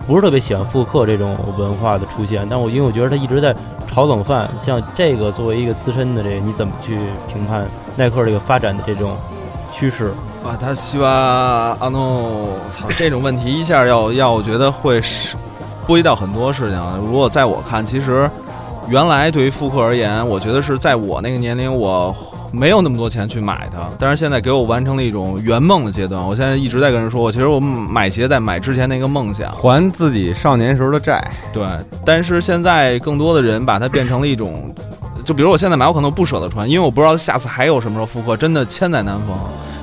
S3: 不是特别喜欢复刻这种文化的出现，但我因为我觉得它一直在炒冷饭，像这个作为一个资深的这，你怎么去评判耐克这个发展的这种趋势？
S2: 啊，他希望啊 no，操，这种问题一下要要，我觉得会是波及到很多事情啊。如果在我看，其实原来对于复刻而言，我觉得是在我那个年龄，我没有那么多钱去买它，但是现在给我完成了一种圆梦的阶段。我现在一直在跟人说，我其实我买鞋在买之前那个梦想，
S1: 还自己少年时候的债。
S2: 对，但是现在更多的人把它变成了一种，就比如我现在买，我可能不舍得穿，因为我不知道下次还有什么时候复刻，真的千载难逢。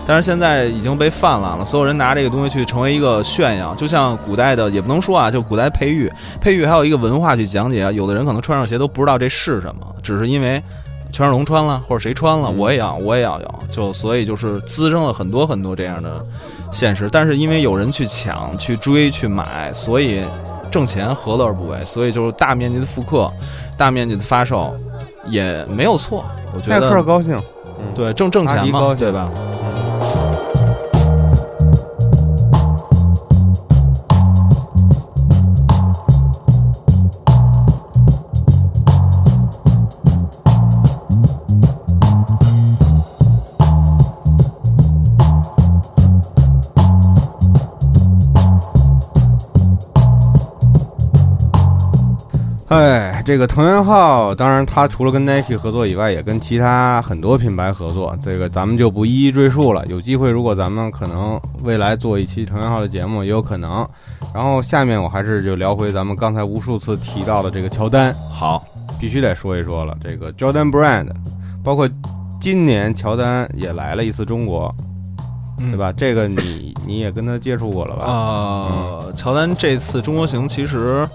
S2: 但是现在已经被泛滥了，所有人拿这个东西去成为一个炫耀，就像古代的也不能说啊，就古代配玉，配玉还有一个文化去讲解啊。有的人可能穿上鞋都不知道这是什么，只是因为全世龙穿了或者谁穿了，我也要我也要有，就所以就是滋生了很多很多这样的现实。但是因为有人去抢、去追、去买，所以挣钱何乐而不为？所以就是大面积的复刻、大面积的发售也没有错，我觉
S1: 耐克
S2: 得
S1: 高兴，
S2: 对挣挣
S1: 阿
S2: 钱
S1: 迪高
S2: 嘛，
S1: 兴
S2: 对吧？
S1: 哎，这个藤原浩，当然他除了跟 Nike 合作以外，也跟其他很多品牌合作，这个咱们就不一一赘述了。有机会，如果咱们可能未来做一期藤原浩的节目，也有可能。然后下面我还是就聊回咱们刚才无数次提到的这个乔丹，
S2: 好，
S1: 必须得说一说了。这个 Jordan Brand，包括今年乔丹也来了一次中国，
S2: 嗯
S1: 对吧？这个你你也跟他接触过了吧？
S2: 呃，乔丹这次中国行其实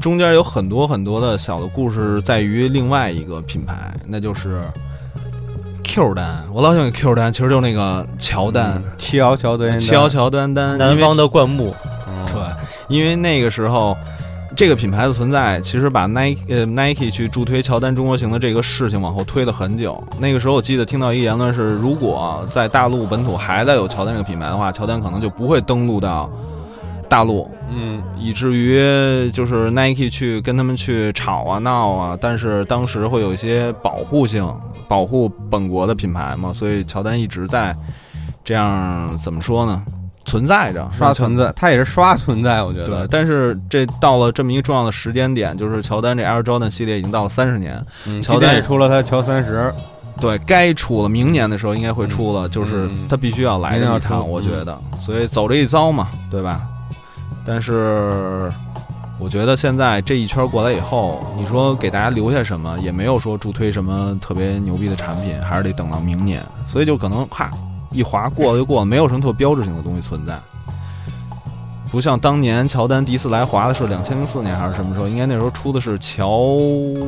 S2: 中间有很多很多的小的故事，在于另外一个品牌，那就是 Q 丹。我老想给 Q 丹，其实就是那个乔丹，
S1: 嗯七爻乔丹，
S2: 七幺乔丹丹，
S3: 南
S2: 因为
S3: 方的灌木，
S1: 嗯，
S2: 对，因为那个时候。这个品牌的存在，其实把 Nike 呃 Nike 去助推乔丹中国行的这个事情往后推了很久。那个时候，我记得听到一个言论是，如果在大陆本土还在有乔丹这个品牌的话，乔丹可能就不会登陆到大陆，
S1: 嗯，
S2: 以至于就是 Nike 去跟他们去吵啊闹啊，但是当时会有一些保护性，保护本国的品牌嘛，所以乔丹一直在这样怎么说呢，存在着
S1: 刷存。在，他也是刷存在，我觉得。
S2: 对，但是这到了这么一个重要的时间点，就是乔丹这 Air Jordan 系列已经到了三十年，
S1: 嗯
S2: 乔
S1: 今天
S2: 丹
S1: 也出了他乔三十，
S2: 对该出了，明年的时候应该会出了，就是
S1: 嗯
S2: 他必须要来
S1: 明年
S2: 这
S1: 要
S2: 一趟，
S1: 出嗯
S2: 我觉得，所以走这一遭嘛，对吧？但是我觉得现在这一圈过来以后，你说给大家留下什么，也没有说助推什么特别牛逼的产品，还是得等到明年，所以就可能咔一划过了就过了，没有什么特标志性的东西存在。不像当年乔丹第一次来华的是两千零四年还是什么时候？应该那时候出的是乔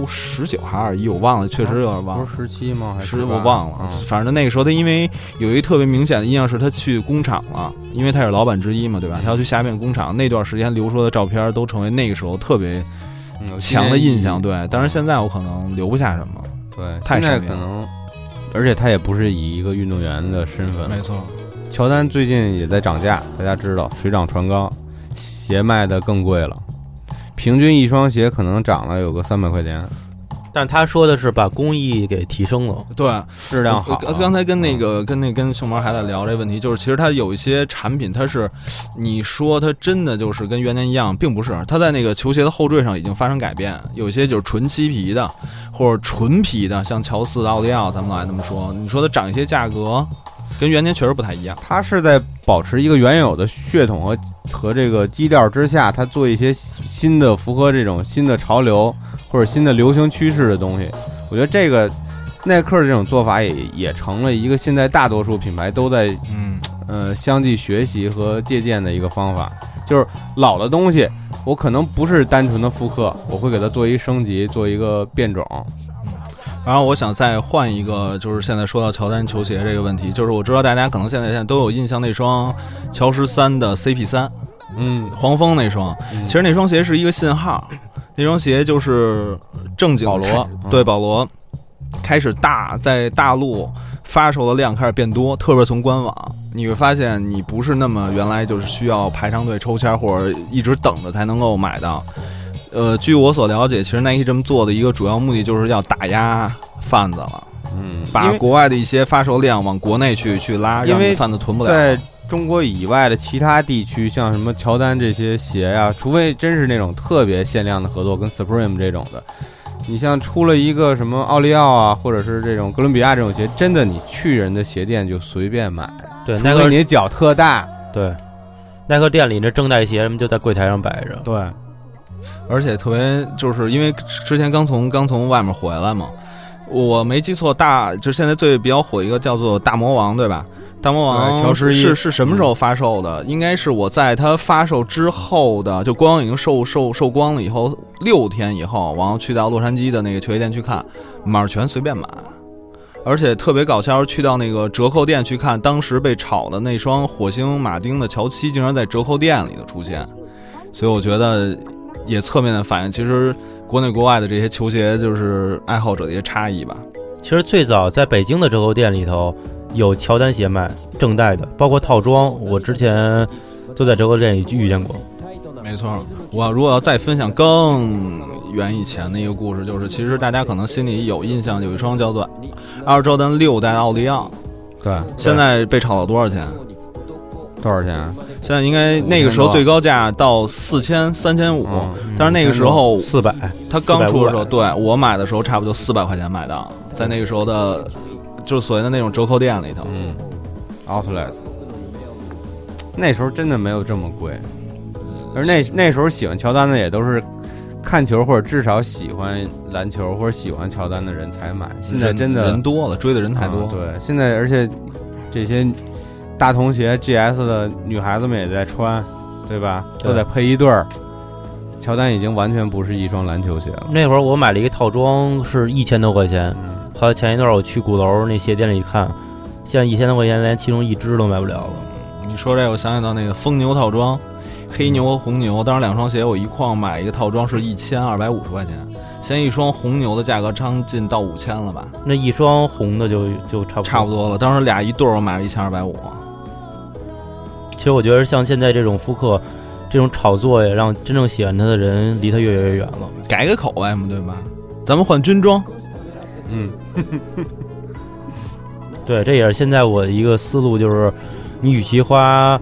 S2: 十九还是二一，我忘了，确实有点忘
S1: 不
S2: 了。嗯
S1: 是十嗯七吗？还
S2: 是
S1: 18
S2: 我忘了，反正那个时候他因为有一特别明显的印象是他去工厂了，因为他是老板之一嘛，对吧？他要去下面工厂，那段时间留出的照片都成为那个时候特别
S1: 嗯有
S2: 强的
S1: 纪念意
S2: 印
S1: 义
S2: 象。对，当然现在我可能留不下什么。
S1: 对，
S2: 太
S1: 现在
S2: 闪
S1: 可
S2: 亮
S1: 能，而且他也不是以一个运动员的身份。
S2: 错，
S1: 乔丹最近也在涨价，大家知道水涨船高，鞋卖的更贵了，平均一双鞋可能涨了有个三百块钱，
S3: 但他说的是把工艺给提升了，
S2: 对，
S1: 质量好啊嗯
S2: 我
S1: 了。
S2: 我刚才跟那个、跟那跟熊猫还在聊这问题，就是其实它有一些产品，它是你说它真的就是跟原年一样，并不是。它在那个球鞋的后缀上已经发生改变，有一些就是纯漆皮的或者纯皮的，像乔四、奥利奥，咱们老爱这么说。你说它涨一些价格，跟原年确实不太一样。
S1: 它是在保持一个原有的血统和和这个基调之下，它做一些新的符合这种新的潮流或者新的流行趋势的东西。我觉得这个耐克这种做法也也成了一个现在大多数品牌都在
S2: 嗯，
S1: 呃相继学习和借鉴的一个方法，就是老的东西，我可能不是单纯的复刻，我会给它做一升级，做一个变种。
S2: 然后我想再换一个，就是现在说到乔丹球鞋这个问题，就是我知道大家可能现在现在都有印象那双乔十三的 CP 三。
S1: 嗯，
S2: 黄蜂那双，其实那双鞋是一个信号，那双鞋就是正经
S1: 保罗
S2: 对
S1: 嗯
S2: 保罗开始大在大陆发售的量开始变多，特别是从官网，你会发现你不是那么原来就是需要排长队抽签或者一直等着才能够买到。呃，据我所了解，其实 Nike 这么做的一个主要目的就是要打压贩子了，
S1: 嗯，
S2: 把
S1: 因为
S2: 国外的一些发售量往国内去去拉，
S1: 因
S2: 让
S1: 为
S2: 贩子囤不了。
S1: 在中国以外的其他地区，像什么乔丹这些鞋呀、除非真是那种特别限量的合作，跟 Supreme 这种的，你像出了一个什么奥利奥啊，或者是这种哥伦比亚这种鞋，真的你去人的鞋店就随便买，
S3: 对，
S1: 除
S3: 耐
S1: 非
S3: 克
S1: 你脚特大。
S3: 对，耐克店里那正代鞋什么就在柜台上摆着，
S1: 对，
S2: 而且特别就是因为之前刚从刚从外面回来嘛，我没记错大，就是现在最比较火一个叫做大魔王，对吧？大魔王
S1: 对乔十一嗯
S2: 是是什么时候发售的？应该是我在它发售之后的，就官网已经售售售光了以后六天以后，然后去到洛杉矶的那个球鞋店去看，码全随便买。而且特别搞笑，去到那个折扣店去看，当时被炒的那双火星马丁的乔七，竟然在折扣店里头出现，所以我觉得也侧面的反映，其实国内国外的这些球鞋就是爱好者的一些差异吧。
S3: 其实最早在北京的折扣店里头有乔丹鞋卖，正代的，包括套装，我之前都在折扣店里遇见过。
S2: 没错，我如果要再分享更远以前的一个故事，就是其实大家可能心里有印象，有一双叫做阿尔乔丹六代奥利奥，
S1: 对，
S2: 现在被炒到多少钱？
S1: 多少钱啊？
S2: 现在应该那个时候最高价到四千、三千五，
S1: 嗯
S2: 但是那个时候
S3: 四百，
S2: 它刚出的时候，
S3: 400
S2: 对我买的时候差不多四百块钱买到，在那个时候的，就是所谓的那种折扣店里头。
S1: 嗯，Outlet，那时候真的没有这么贵，
S2: 嗯
S1: 而那那时候喜欢乔丹的也都是看球或者至少喜欢篮球或者喜欢乔丹的人才买，现在
S2: 人
S1: 真的
S2: 人多了，追的人太多。
S1: 嗯对，现在而且这些大童鞋 GS 的女孩子们也在穿，对吧？
S3: 对
S1: 都得配一对儿。乔丹已经完全不是一双篮球鞋了，
S3: 那会儿我买了一个套装是一千多块钱，
S1: 嗯，
S3: 后来前一段我去鼓楼那鞋店里一看，现在一千多块钱连其中一只都买不了了。
S2: 你说这个，我想起到那个疯牛套装，黑牛和红牛，当时两双鞋我一块买一个套装是一千二百五十块钱，现在一双红牛的价格将近到五千了吧，
S3: 那一双红的就就差不多
S2: 差不。多了。当时俩一对儿我买了一千二百五，
S3: 其实我觉得像现在这种复刻，这种炒作也让真正喜欢它的人离它越来越远了。
S2: 改个口味嘛，对吧？咱们换军装，
S1: 嗯，
S3: 对，这也是现在我一个思路，就是你与其花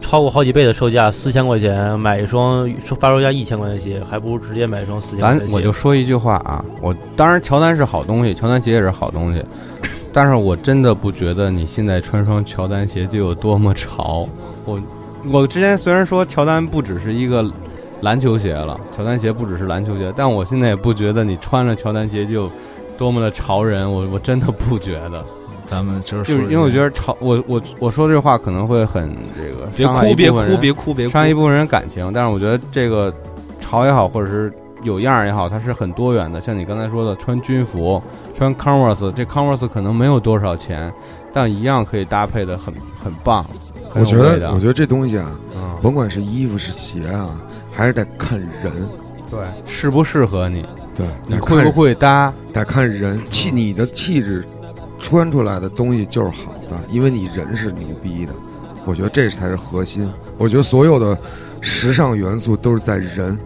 S3: 超过好几倍的售价四千块钱买一双发售价一千块钱的鞋，还不如直接买一双四千块
S1: 咱
S3: 钱的鞋。
S1: 我就说一句话啊，我当然乔丹是好东西，乔丹鞋也是好东西，但是我真的不觉得你现在穿双乔丹鞋就有多么潮。我我之前虽然说乔丹不只是一个篮球鞋了，乔丹鞋不只是篮球鞋，但我现在也不觉得你穿着乔丹鞋就有多么的潮人，我我真的不觉得。
S2: 咱们就是
S1: 就
S2: 说
S1: 是因为我觉得嘲我我我说这话可能会很这个
S2: 别
S1: 伤害
S2: 哭
S1: 一
S2: 别
S1: 部分
S2: 哭
S1: 人
S2: 别哭别哭
S1: 伤一部分人感情，但是我觉得这个潮也好，或者是有样儿也好，它是很多元的。像你刚才说的，穿军服、穿 Converse，这 Converse 可能没有多少钱，但一样可以搭配的很很棒，很
S4: 我觉
S1: 有味
S4: 得，
S1: 道
S4: 我。觉得这东西啊，
S1: 嗯，
S4: 甭管是衣服是鞋啊，还是得看人，
S1: 对，适不适合你，
S4: 对，
S1: 你
S4: 得
S1: 会
S4: 看
S1: 不会搭？
S4: 得看人气，你的气质穿出来的东西就是好的，因为你人是牛逼的。我觉得这才是核心。我觉得所有的时尚元素都是在人，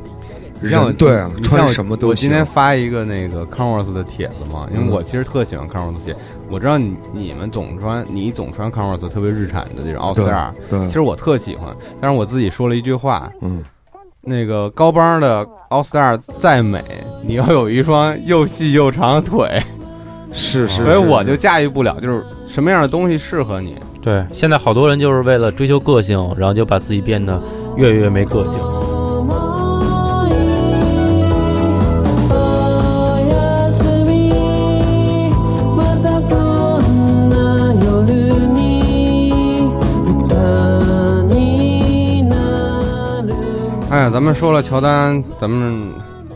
S1: 像我
S4: 人对啊
S1: 你，像
S4: 穿
S1: 我
S4: 什么
S1: 我
S4: 都
S1: 今
S4: 行。
S1: 天发一个那个 Converse 的帖子嘛，因为
S4: 嗯
S1: 我其实特喜欢 Converse 鞋。我知道你你们总穿，你总穿 Converse 特别日产的这种奥斯
S4: 对
S1: 尔，
S4: 对
S1: 啊其，实我特喜欢，但是我自己说了一句话，
S4: 嗯，
S1: 那个高帮的 All Star 再美，你要有一双又细又长的腿，
S4: 是是。
S1: 所以
S4: 是
S1: 我就驾驭不了，就是什么样的东西适合你。
S3: 对，现在好多人就是为了追求个性，然后就把自己变得越来越没个性。
S6: またこんな夜に歌になる
S1: 哎呀，咱们说了乔丹，咱们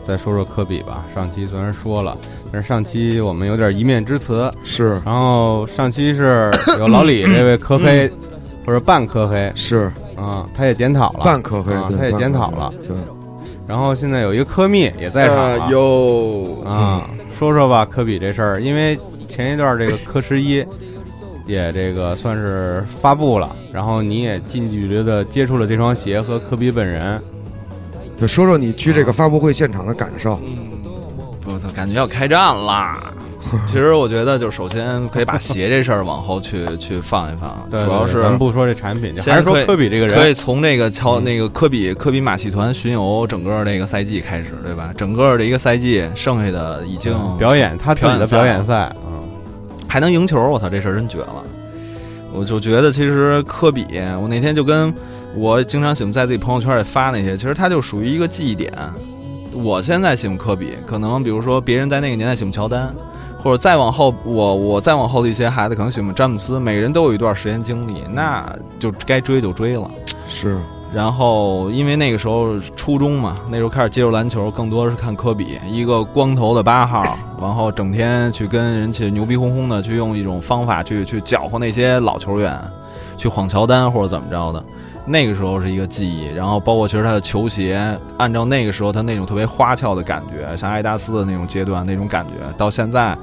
S1: 再说说科比吧。上期虽然说了，但是上期我们有点一面之词。
S4: 是
S1: 然后上期是有老李这位科黑，或者半科黑
S4: 是
S1: 啊，他也检讨了。
S4: 半科黑
S1: 啊，
S4: 对
S1: 他也
S4: 半
S1: 检
S4: 科
S1: 讨
S4: 黑
S1: 了。
S4: 对，
S1: 然后现在有一个科密也在场了。
S4: 呃
S8: 有
S1: 啊，说说吧，科比这事儿，因为前一段这个科十一也这个算是发布了，然后你也近距离的接触了这双鞋和科比本人，
S4: 就说说你去
S1: 啊
S4: 这个发布会现场的感受。
S2: 我操，感觉要开战 啦！其实我觉得，就首先可以把鞋这事儿往后去去放一放，
S1: 对
S2: 主要
S1: 对
S2: 是
S1: 咱们不说这产品，就
S2: 先
S1: 还是说
S2: 可以
S1: 科比这个
S2: 可以
S1: 人，嗯
S2: 从这个乔那个科比科比马戏团巡游整个这个赛季开始，对吧？整个这一个赛季，剩下的已经
S1: 嗯表演他自己的表演赛，嗯，
S2: 还能赢球，我操，这事儿真绝了！我就觉得其实科比，我那天就跟我经常喜欢在自己朋友圈里发那些，其实他就属于一个记忆点。我现在喜欢科比，可能比如说别人在那个年代喜欢乔丹，或者再往后，我我再往后的一些孩子可能喜欢詹姆斯，每个人都有一段时间经历，那就该追就追了。
S4: 是
S2: 然后因为那个时候初中嘛，那时候开始接触篮球，更多是看科比，一个光头的八号，然后整天去跟人去牛逼哄哄的，去用一种方法去去搅和那些老球员，去晃乔丹或者怎么着的。那个时候是一个记忆，然后包括其实他的球鞋，按照那个时候他那种特别花俏的感觉，像艾达斯的那种阶段那种感觉，到现在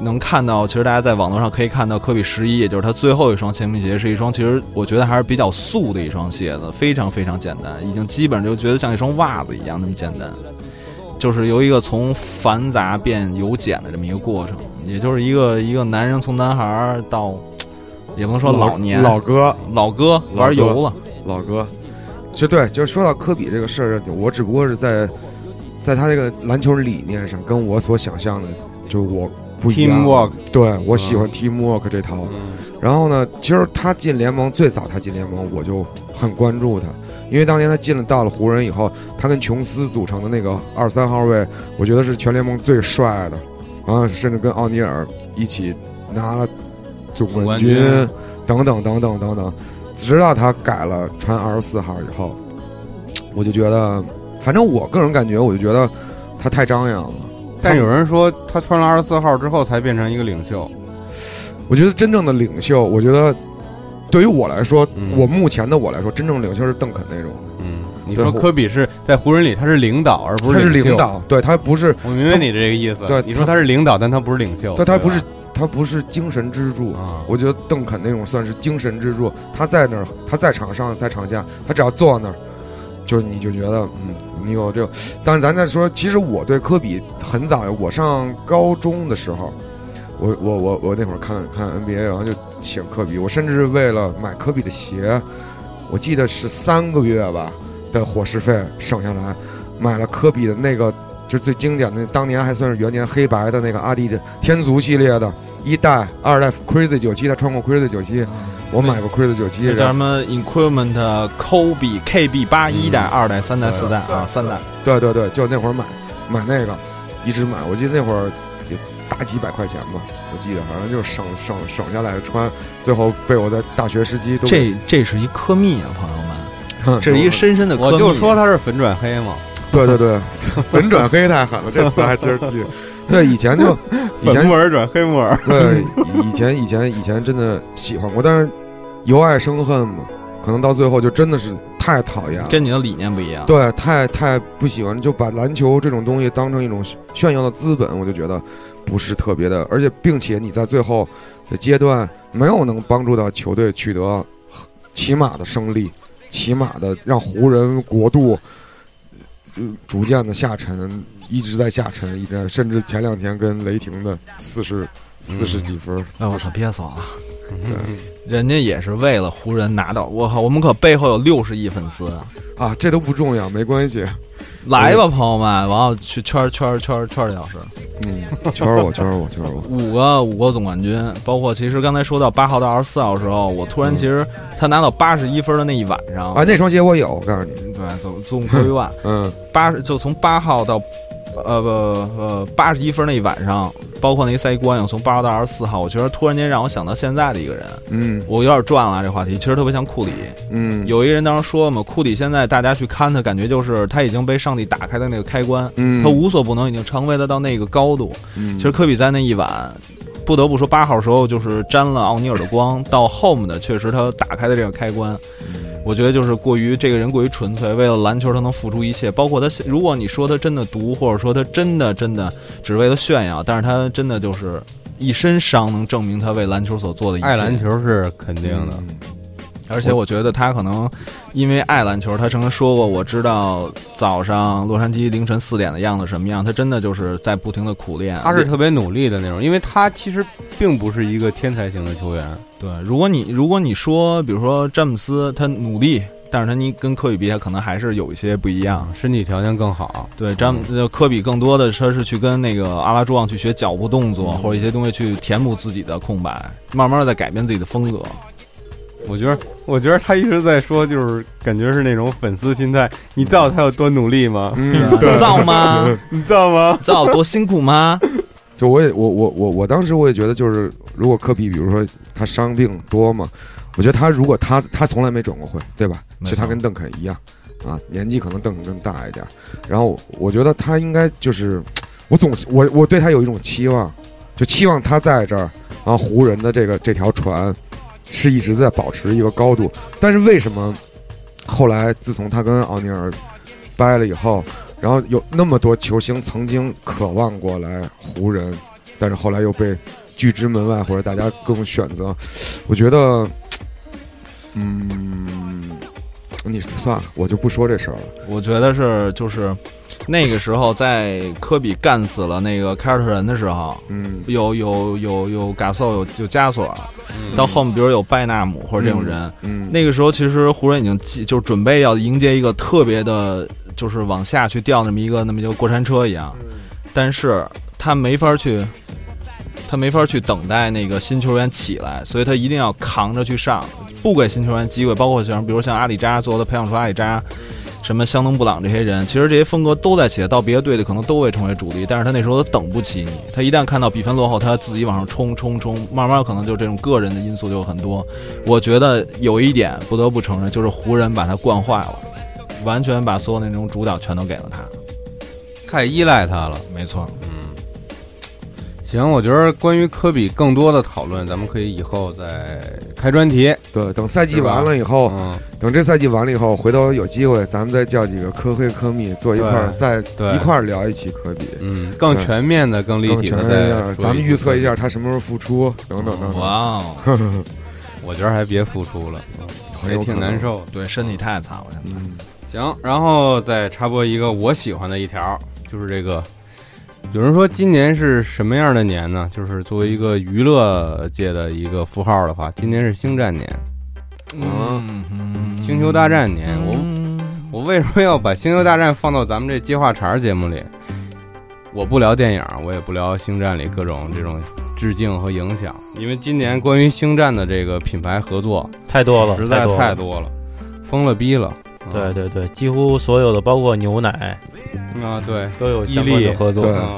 S2: 能看到，其实大家在网络上可以看到科比十一，也就是他最后一双签名鞋，是一双其实我觉得还是比较素的一双鞋子，非常非常简单，已经基本上就觉得像一双袜子一样那么简单。就是由一个从繁杂变由简的这么一个过程，也就是一个一个男人从男孩儿到，也不能说老年
S8: 老哥，
S2: 老哥玩油了，
S8: 老哥，
S4: 其实对，就是说到科比这个事儿，我只不过是在在他这个篮球理念上跟我所想象的，就是我不一样。
S1: Teamwork
S4: 对我喜欢 teamwork 这套。然后呢，其实他进联盟最早，他进联盟我就很关注他，因为当年他进了到了湖人以后，他跟琼斯组成的那个二三号位，我觉得是全联盟最帅的，啊，甚至跟奥尼尔一起拿了
S1: 总
S4: 总冠
S1: 冠
S4: 军
S1: 军，
S4: 等等等等等等，直到他改了穿二十四号以后，我就觉得，反正我个人感觉，我就觉得他太张扬了。
S1: 但有人说他穿了二十四号之后才变成一个领袖，
S4: 我觉得真正的领袖，我觉得对于我来说，
S1: 嗯
S4: 我目前的我来说，真正领袖是邓肯那种的，
S1: 嗯，你
S4: 对
S1: 说
S4: 我
S1: 科比是在湖人里他是领导，而不
S4: 他是
S1: 领袖
S4: 领，导，对他不是，
S1: 我明白你这个意思，
S4: 对
S1: 你说他是领导，但他不是领袖，
S4: 但他
S1: 对吧
S4: 不是他不是精神支柱。
S1: 啊，
S4: 我觉得邓肯那种算是精神支柱，他在那儿，他在场上，在场下，他只要坐那儿，就你就觉得，嗯，你有这个。但是咱再说，其实我对科比很早，我上高中的时候，我我我我那会儿看看 NBA，然后就喜欢科比，我甚至为了买科比的鞋，我记得是三个月吧的伙食费省下来，买了科比的那个。就是最经典的，当年还算是元年黑白的那个阿迪的天足系列的一代、二代 Crazy 九七，他穿过 Crazy 九七，我买过 Crazy 九七，
S2: 这
S4: 然
S2: 叫
S4: 后
S2: 什么 Equipment Kobe KB 八一代、二代、三代、四代啊，三代。
S4: 对对对，就那会儿买买那个，一直买。我记得那会儿也大大几百块钱吧，我记得好像就是省省省下来的穿，最后被我在大学时期都给
S2: 这这是一科密啊，朋友们， 这是一个深深的科
S1: 我
S2: 密。
S1: 就说他是粉转黑嘛，
S4: 对对对，粉转黑太狠了，这词还真是 记得。对，以前 就以前
S1: 粉木耳转黑木 耳，
S4: 对，以前以前以前真的喜欢过，但是由爱生恨嘛，可能到最后就真的是太讨厌了。
S2: 跟你的理念不一样。
S4: 对，太太不喜欢，就把篮球这种东西当成一种炫炫耀的资本，我就觉得不是特别的，而且并且你在最后的阶段没有能帮助到球队取得起码的胜利，起码的让湖人国度呃逐渐的下沉，一直在下沉，一直在甚至前两天跟雷霆的四十四十几分，
S2: 哎，我操，憋死我了！人家也是为了湖人拿到，我靠，我们可背后有六十亿粉丝啊，
S4: 啊，这都不重要，没关系，
S2: 来吧，朋友们，然后去圈儿圈儿圈儿圈儿小时，
S4: 嗯，圈儿我圈儿我圈儿我，
S2: 五个五个总冠军，包括其实刚才说到八号到二十四号的时候，我突然其实他拿到八十一分的那一晚上，
S4: 啊，那双鞋我有，我告诉你，
S2: 对，总总归万。
S4: 嗯，
S2: 八十就从八号到呃不呃八十一分那一晚上，包括那一赛季过完以后，从八号到二十四号，我觉得突然间让我想到现在的一个人，
S4: 嗯
S2: 我有点转了啊这话题，其实特别像库里。
S4: 嗯，
S2: 有一个人当时说嘛，库里现在大家去看他，感觉就是他已经被上帝打开的那个开关，
S4: 嗯，
S2: 他无所不能，已经成为了到那个高度。
S4: 嗯，
S2: 其实科比在那一晚。不得不说，八号时候就是沾了奥尼尔的光，到 home 的确实他打开的这个开关，
S1: 嗯
S2: 我觉得就是过于这个人过于纯粹，为了篮球他能付出一切，包括他现。如果你说他真的毒，或者说他真的真的只为了炫耀，但是他真的就是一身伤，能证明他为篮球所做的一切。
S1: 爱篮，球是肯定的，
S2: 而且我觉得他可能因为爱篮球，他曾经说过，我知道早上洛杉矶凌晨四点的样子什么样，他真的就是在不停的苦练。
S1: 他是特别努力的那种，因为他其实并不是一个天才型的球员，
S2: 对，如果你如果你说，比如说詹姆斯，他努力，但是他你跟科比比，他可能还是有一些不一样。
S1: 身体条件更好，
S2: 对，詹姆呃科比更多的他是去跟那个阿拉朱旺去学脚步动作，或者一些东西去填补自己的空白，慢慢的在改变自己的风格。
S1: 我觉得，我觉得他一直在说，就是感觉是那种粉丝心态。你知道他有多努力吗？
S2: 啊
S1: 啊
S4: 嗯，对，
S2: 造吗？
S1: 你知道吗？
S2: 造多辛苦吗？
S4: 就我也我我我我当时我也觉得，就是如果科比，比如说他伤病多嘛，我觉得他如果他他从来没转过会，对吧？
S2: 没错
S4: 其实他跟邓肯一样啊，年纪可能邓肯更大一点。然后我我觉得他应该就是，我总我我对他有一种期望，就期望他在这儿啊，湖人的这个这条船是一直在保持一个高度。但是为什么后来自从他跟奥尼尔掰了以后，然后有那么多球星曾经渴望过来湖人，但是后来又被拒之门外，或者大家各种选择。我觉得，嗯，你算了，我就不说这事儿了。
S2: 我觉得是就是那个时候，在科比干死了那个凯尔特人的时候，
S4: 嗯
S2: 有有有有嘎索，有有加索尔，到后面比如有拜纳姆或者这种人。
S4: 嗯，
S2: 那个时候，其实湖人已经记，就是准备要迎接一个特别的，就是往下去掉那么一个那么一个过山车一样，但是他没法去，他没法去等待那个新球员起来，所以他一定要扛着去上，不给新球员机会。包括像比如像阿里扎最后他培养出阿里扎，什么香农布朗这些人，其实这些风格都在起来，到别的队的可能都会成为主力，但是他那时候他等不起你，他一旦看到比分落后，他自己往上冲冲冲，慢慢可能就这种个人的因素就很多。我觉得有一点不得不承认，就是湖人把他惯坏了，完全把所有那种主导全都给了他。
S1: 太依赖他了。
S2: 没错，
S1: 行，我觉得关于科比更多的讨论，咱们可以以后再开专题。
S4: 对，等赛季
S1: 是吧
S4: 完了以后，
S1: 嗯，
S4: 等这赛季完了以后，回头有机会，咱们再叫几个科黑科密坐一块儿，
S1: 对
S4: 再
S1: 对
S4: 一块儿聊一期科比。
S1: 嗯，更全面的、更立
S4: 更
S1: 体
S4: 全
S1: 的
S4: 面一
S1: 再
S4: 点，咱们预测一。下他什么时候复出，等等等等，
S2: 哇 哦，
S1: 我觉得还别付出了，嗯
S4: 很
S1: 也
S4: 有可
S1: 挺
S4: 能
S1: 难。受的。
S2: 对，身体太惨了，现在
S4: 嗯，
S1: 行，然后再插播一个我喜欢的一条，就是这个，有人说今年是什么样的年呢？就是作为一个娱乐界的一个符号的话，今年是星战年，
S2: 嗯嗯
S1: 星球大战年。我
S3: 嗯
S1: 我为什么要把星球大战放到咱们这接话茬儿节目里？我不聊电影，我也不聊星战里各种这种致敬和影响，因为今年关于星战的这个品牌合作
S3: 哦太多了，
S1: 实在
S3: 多
S1: 太
S3: 了。
S1: 多了，疯了逼了。
S3: 对对对，几乎所有的，包括牛奶
S1: 对啊，对，
S3: 都有
S1: 伊
S3: 相关
S1: 利
S3: 的合作。
S4: 对
S1: 啊，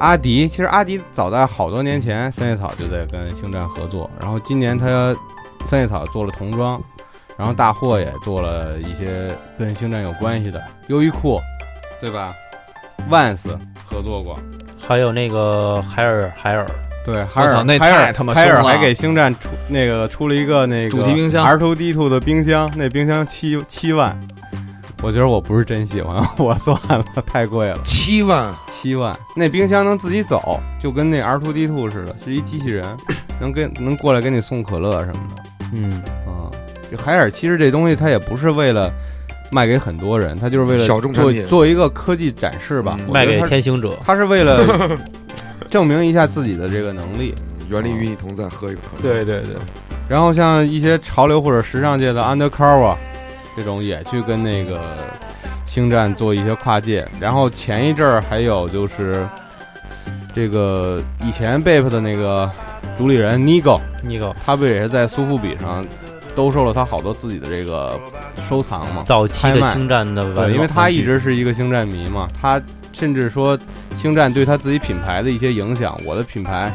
S1: 阿迪，其实阿迪早在好多年前，三叶草就在跟星战合作，然后今年他三叶草做了童装，然后大货也做了一些跟星战有关系的，优衣库，对吧？Vans 合作过，
S3: 还有那个海尔海尔，
S1: 对，海
S2: 我
S1: 尔
S2: 操那
S1: 海尔
S2: 太他妈
S1: 海尔
S2: 凶了
S1: 还给星战出那个出了一个那个
S2: 主题冰箱
S1: R two D two 的冰箱，那冰箱七七万，我觉得我不是真喜欢， 我算了，太贵了，
S4: 七万，
S1: 七万。那冰箱能自己走，就跟那 R two D two 似的，是一机器人，能跟能过来给你送可乐什么的
S3: 嗯，
S1: 啊。这海尔其实这东西它也不是为了卖给很多人，它就是为了
S4: 小众产
S1: 做
S4: 品
S1: 做一个科技展示吧，
S4: 嗯
S1: 我觉得
S3: 卖给
S1: 它
S3: 天行者，
S1: 它是为 了证明一下自己的这个能力。
S4: 原力与你同在，喝一个可乐。，
S3: 对对，
S1: 然后像一些潮流或者时尚界的 Undercover 这种，也去跟那个星战做一些跨界。然后前一阵儿还有就是这个以前 BAPE 的那个主理人 Nigo，
S3: 尼克
S1: 他不也是在苏富比上兜售了他好多自己的这个收藏嘛？
S3: 早期的
S1: 拍卖
S3: 星战的玩
S1: 对，
S3: 具，
S1: 因为他一直是一个星战迷嘛，他甚至说星战对他自己品牌的一些影响。我的品牌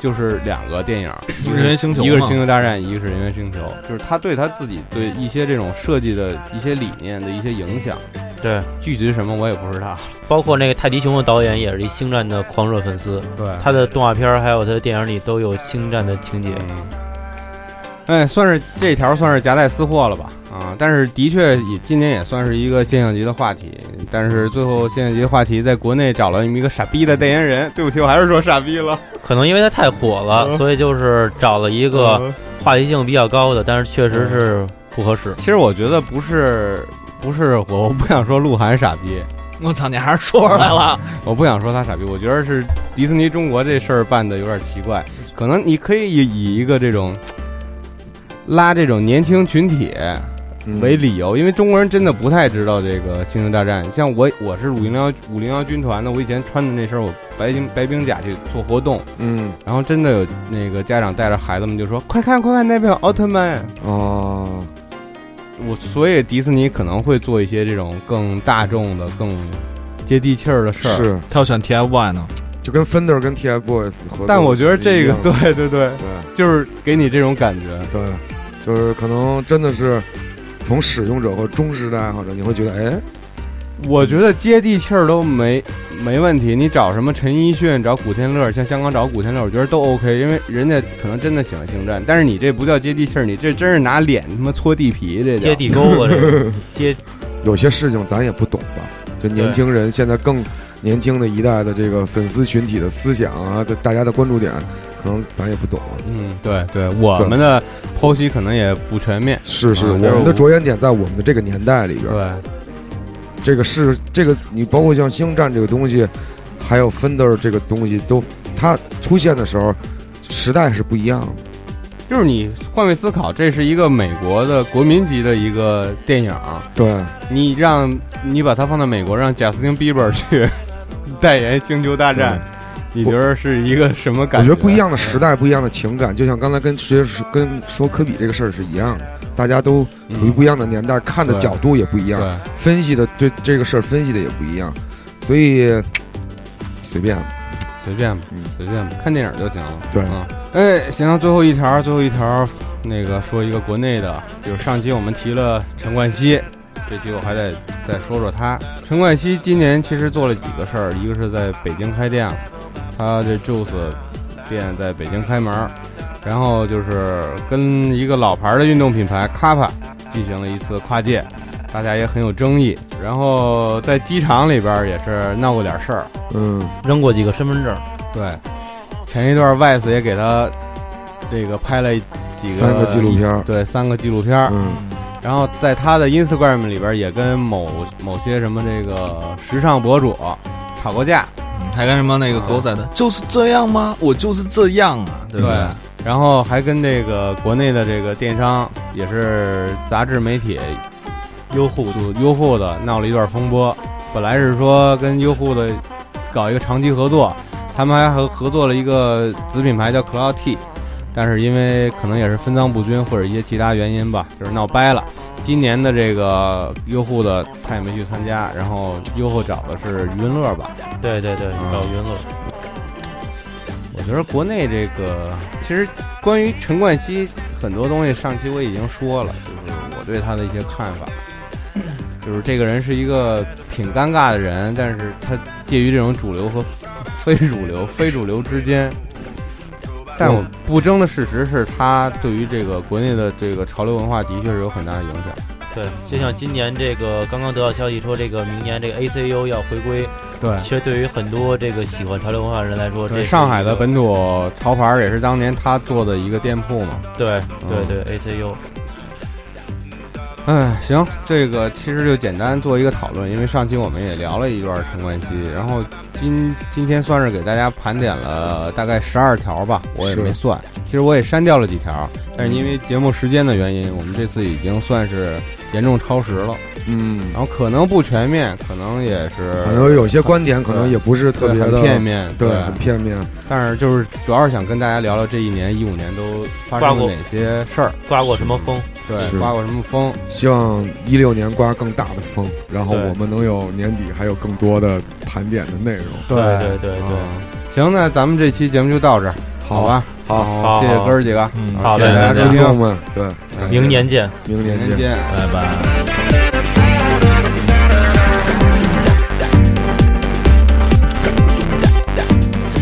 S1: 就是两个电影，一个
S2: 人
S1: 是
S2: 猿星球
S1: 一个是
S2: 嘛
S1: 星球大战，一个是人猿星球，就是他对他自己对一些这种设计的一些理念的一些影响。
S3: 对，
S1: 具体是什么我也不知道。
S3: 包括那个泰迪熊的导演也是一星战的狂热粉丝，
S1: 对，
S3: 他的动画片儿还有他的电影里都有星战的情节。
S1: 嗯，哎，算是这条算是夹带私货了吧？啊，但是的确也今年也算是一个现象级的话题。但是最后现象级的话题在国内找了一个傻逼的代言人，对不起，我还是说傻逼了。
S3: 可能因为他太火
S1: 嗯
S3: 了，所以就是找了一个话题性比较高的，但是确实是不合适。
S1: 其实我觉得不是不是我我不想说鹿晗傻逼，
S2: 我操，你还是说出来 了。
S1: 我不想说他傻逼，我觉得是迪士尼中国这事儿办的有点奇怪。可能你可以以以一个这种拉这种年轻群体
S4: 嗯
S1: 为理由，因为中国人真的不太知道这个《星球大战》。像我我是五零幺五零幺军团的，我以前穿的那身儿我白兵白兵甲去做活动，
S4: 嗯，
S1: 然后真的有那个家长带着孩子们就说：“快看快看，那边有奥特曼。”
S4: 哦，
S1: 我所以迪士尼可能会做一些这种更大众的、更接地气儿的事儿。，
S4: 是，
S2: 他要选 TFY 呢，
S4: 就跟 Fender 跟 TFBOYS 合作是一样的，
S1: 但我觉得这个，对对对，
S4: 对
S1: 就是给你这种感觉。
S4: 对，就是可能真的是从使用者和忠实的爱好者，你会觉得，哎，
S1: 我觉得接地气儿都没没问题，你找什么陈奕迅、找古天乐，像香港找古天乐，我觉得都 OK，因为人家可能真的喜欢星战。但是你这不叫接地气儿，你这真是拿脸他妈搓地皮，这叫
S3: 接地沟啊，这个接
S4: 有些事情咱也不懂吧？就年轻人现在更年轻的一代的这个粉丝群体的思想啊，对大家的关注点，可能咱也不懂。
S1: 嗯，对对，我们的剖析可能也不全面。
S4: 是是，
S1: 啊
S4: 我
S1: 就是
S4: 们的
S1: 我
S4: 着眼点在我们的这个年代里边儿。
S1: 对，
S4: 这个是这个，你包括像星战这个东西，还有 Fender 这个东西，都它出现的时候，时代是不一样的。
S1: 就是你换位思考，这是一个美国的国民级的一个电影，啊
S4: 对，
S1: 你让你把它放到美国，让贾斯汀·比伯去 代言《星球大战》，你觉得是一个什么
S4: 我
S1: 感
S4: 觉得不一样的时代，不一样的情感，就像刚才跟谁跟说科比这个事儿是一样的，大家都处于不一样的年代，看的
S1: 对
S4: 角度也不一
S1: 嗯对
S4: 样，，分析的对这个事儿分析的也不一样，所以随便。
S1: 随便吧，
S4: 嗯
S1: 随便吧，看电影就行了。
S4: 对
S1: 啊，哎，行了，最后一条，最后一条，那个说一个国内的，就是上期我们提了陈冠希，这期我还得再说说他。陈冠希今年其实做了几个事儿，一个是在北京开店了，他这 Juice 店在北京开门儿，然后就是跟一个老牌的运动品牌 Kappa 进行了一次跨界，大家也很有争议。然后在机场里边儿也是闹过点事儿，
S4: 嗯，
S3: 扔过几个身份证，
S1: 对，前一段 VICE 也给他这个拍了几个
S4: 三个纪录片儿
S1: 对，三个纪录片儿。
S4: 嗯，
S1: 然后在他的 Instagram 里边也跟某某些什么这个时尚博主吵过架，
S2: 嗯还跟什么那个狗仔的，就是这样吗？我就是这样啊，对不对？
S1: 然后还跟这个国内的这个电商也是杂志媒体
S3: 优酷
S1: 就优酷的闹了一段风波。本来是说跟优酷的搞一个长期合作，他们还合合作了一个子品牌叫 Cloud T，但是因为可能也是分赃不均或者一些其他原因吧，就是闹掰了。今年的这个优酷的他也没去参加，然后优酷找的是余文乐吧，
S3: 对对对，
S1: 嗯
S3: 找云乐，
S1: 觉得国内这个，其实关于陈冠希很多东西，上期我已经说了，就是我对他的一些看法，就是这个人是一个挺尴尬的人，但是他介于这种主流和非主流、非主流之间。但我不争的事实是他对于这个国内的这个潮流文化的确是有很大的影响。
S3: 对，就像今年这个刚刚得到消息说，这个明年这个 ACU 要回归，
S1: 对
S3: 其实对于很多这个喜欢潮流文化的人来说，这
S1: 嗯对，
S3: 是
S1: 上海
S3: 一个
S1: 的本土潮牌儿也是当年他做的一个店铺嘛。
S3: 对对
S1: 嗯
S3: 对 ACU，
S1: 哎，行，这个其实就简单做一个讨论，因为上期我们也聊了一段陈冠希，然后今今天算是给大家盘点了大概十二条吧，我也
S4: 是
S1: 没算，其实我也删掉了几条，但是因为节目时间的原因，我们这次已经算是严重超时了，
S4: 嗯，
S1: 然后可能不全面，可能也是
S4: 可能有些观点可能也不是特
S1: 对
S4: 别的
S1: 很片，面，
S4: 对，很片面。
S1: 但是就是主要是想跟大家聊聊这一年一五年都发
S3: 挂
S1: 生了
S3: 过
S1: 哪些事儿，
S3: 刮过什么风？
S1: 对，
S4: 是
S1: 刮过什么风，
S4: 希望一六年刮更大的风，然后
S3: 对
S4: 我们能有年底还有更多的盘点的内容。
S3: 对对对对，
S4: 啊
S1: 哦行，那咱们这期节目就到这儿，
S4: 好啊
S1: 吧？
S4: 好
S1: 然后
S3: 好
S1: 谢谢
S3: 好
S1: 哥儿几个，
S2: 嗯
S1: 然后
S3: 好
S1: 谢谢
S3: 嘞
S1: 大家收
S4: 听众
S1: 听，
S4: 们，对，感谢
S3: 明年见。
S4: 明
S1: 明
S4: 年
S1: 天
S4: 见。
S1: 见。
S2: 拜拜。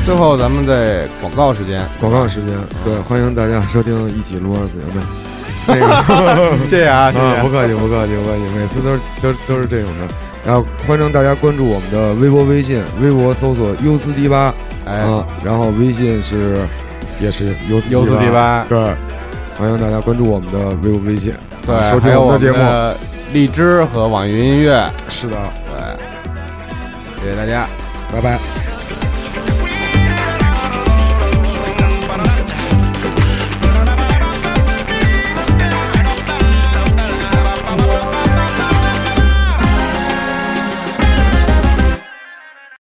S1: 最后咱们在广告时间，
S4: 广告时间，对，欢迎大家收听一起撸二次元的。那个
S1: 谢谢啊，谢谢
S4: 啊，不客气，不客气，不客气，每次都是都是都是这种的。然后欢迎大家关注我们的微博、微信，微博搜索 U 四 D 八，
S1: 哎，
S4: 啊，然后微信是也是 U 四
S1: 优四 D 八，
S4: 对，欢迎大家关注我们的微博、微信，
S1: 对，还
S4: 收听
S1: 有
S4: 我
S1: 我
S4: 们的节目。
S1: 的荔枝和网易云音乐，
S4: 是的，
S1: 对，谢谢大家。
S4: 拜拜。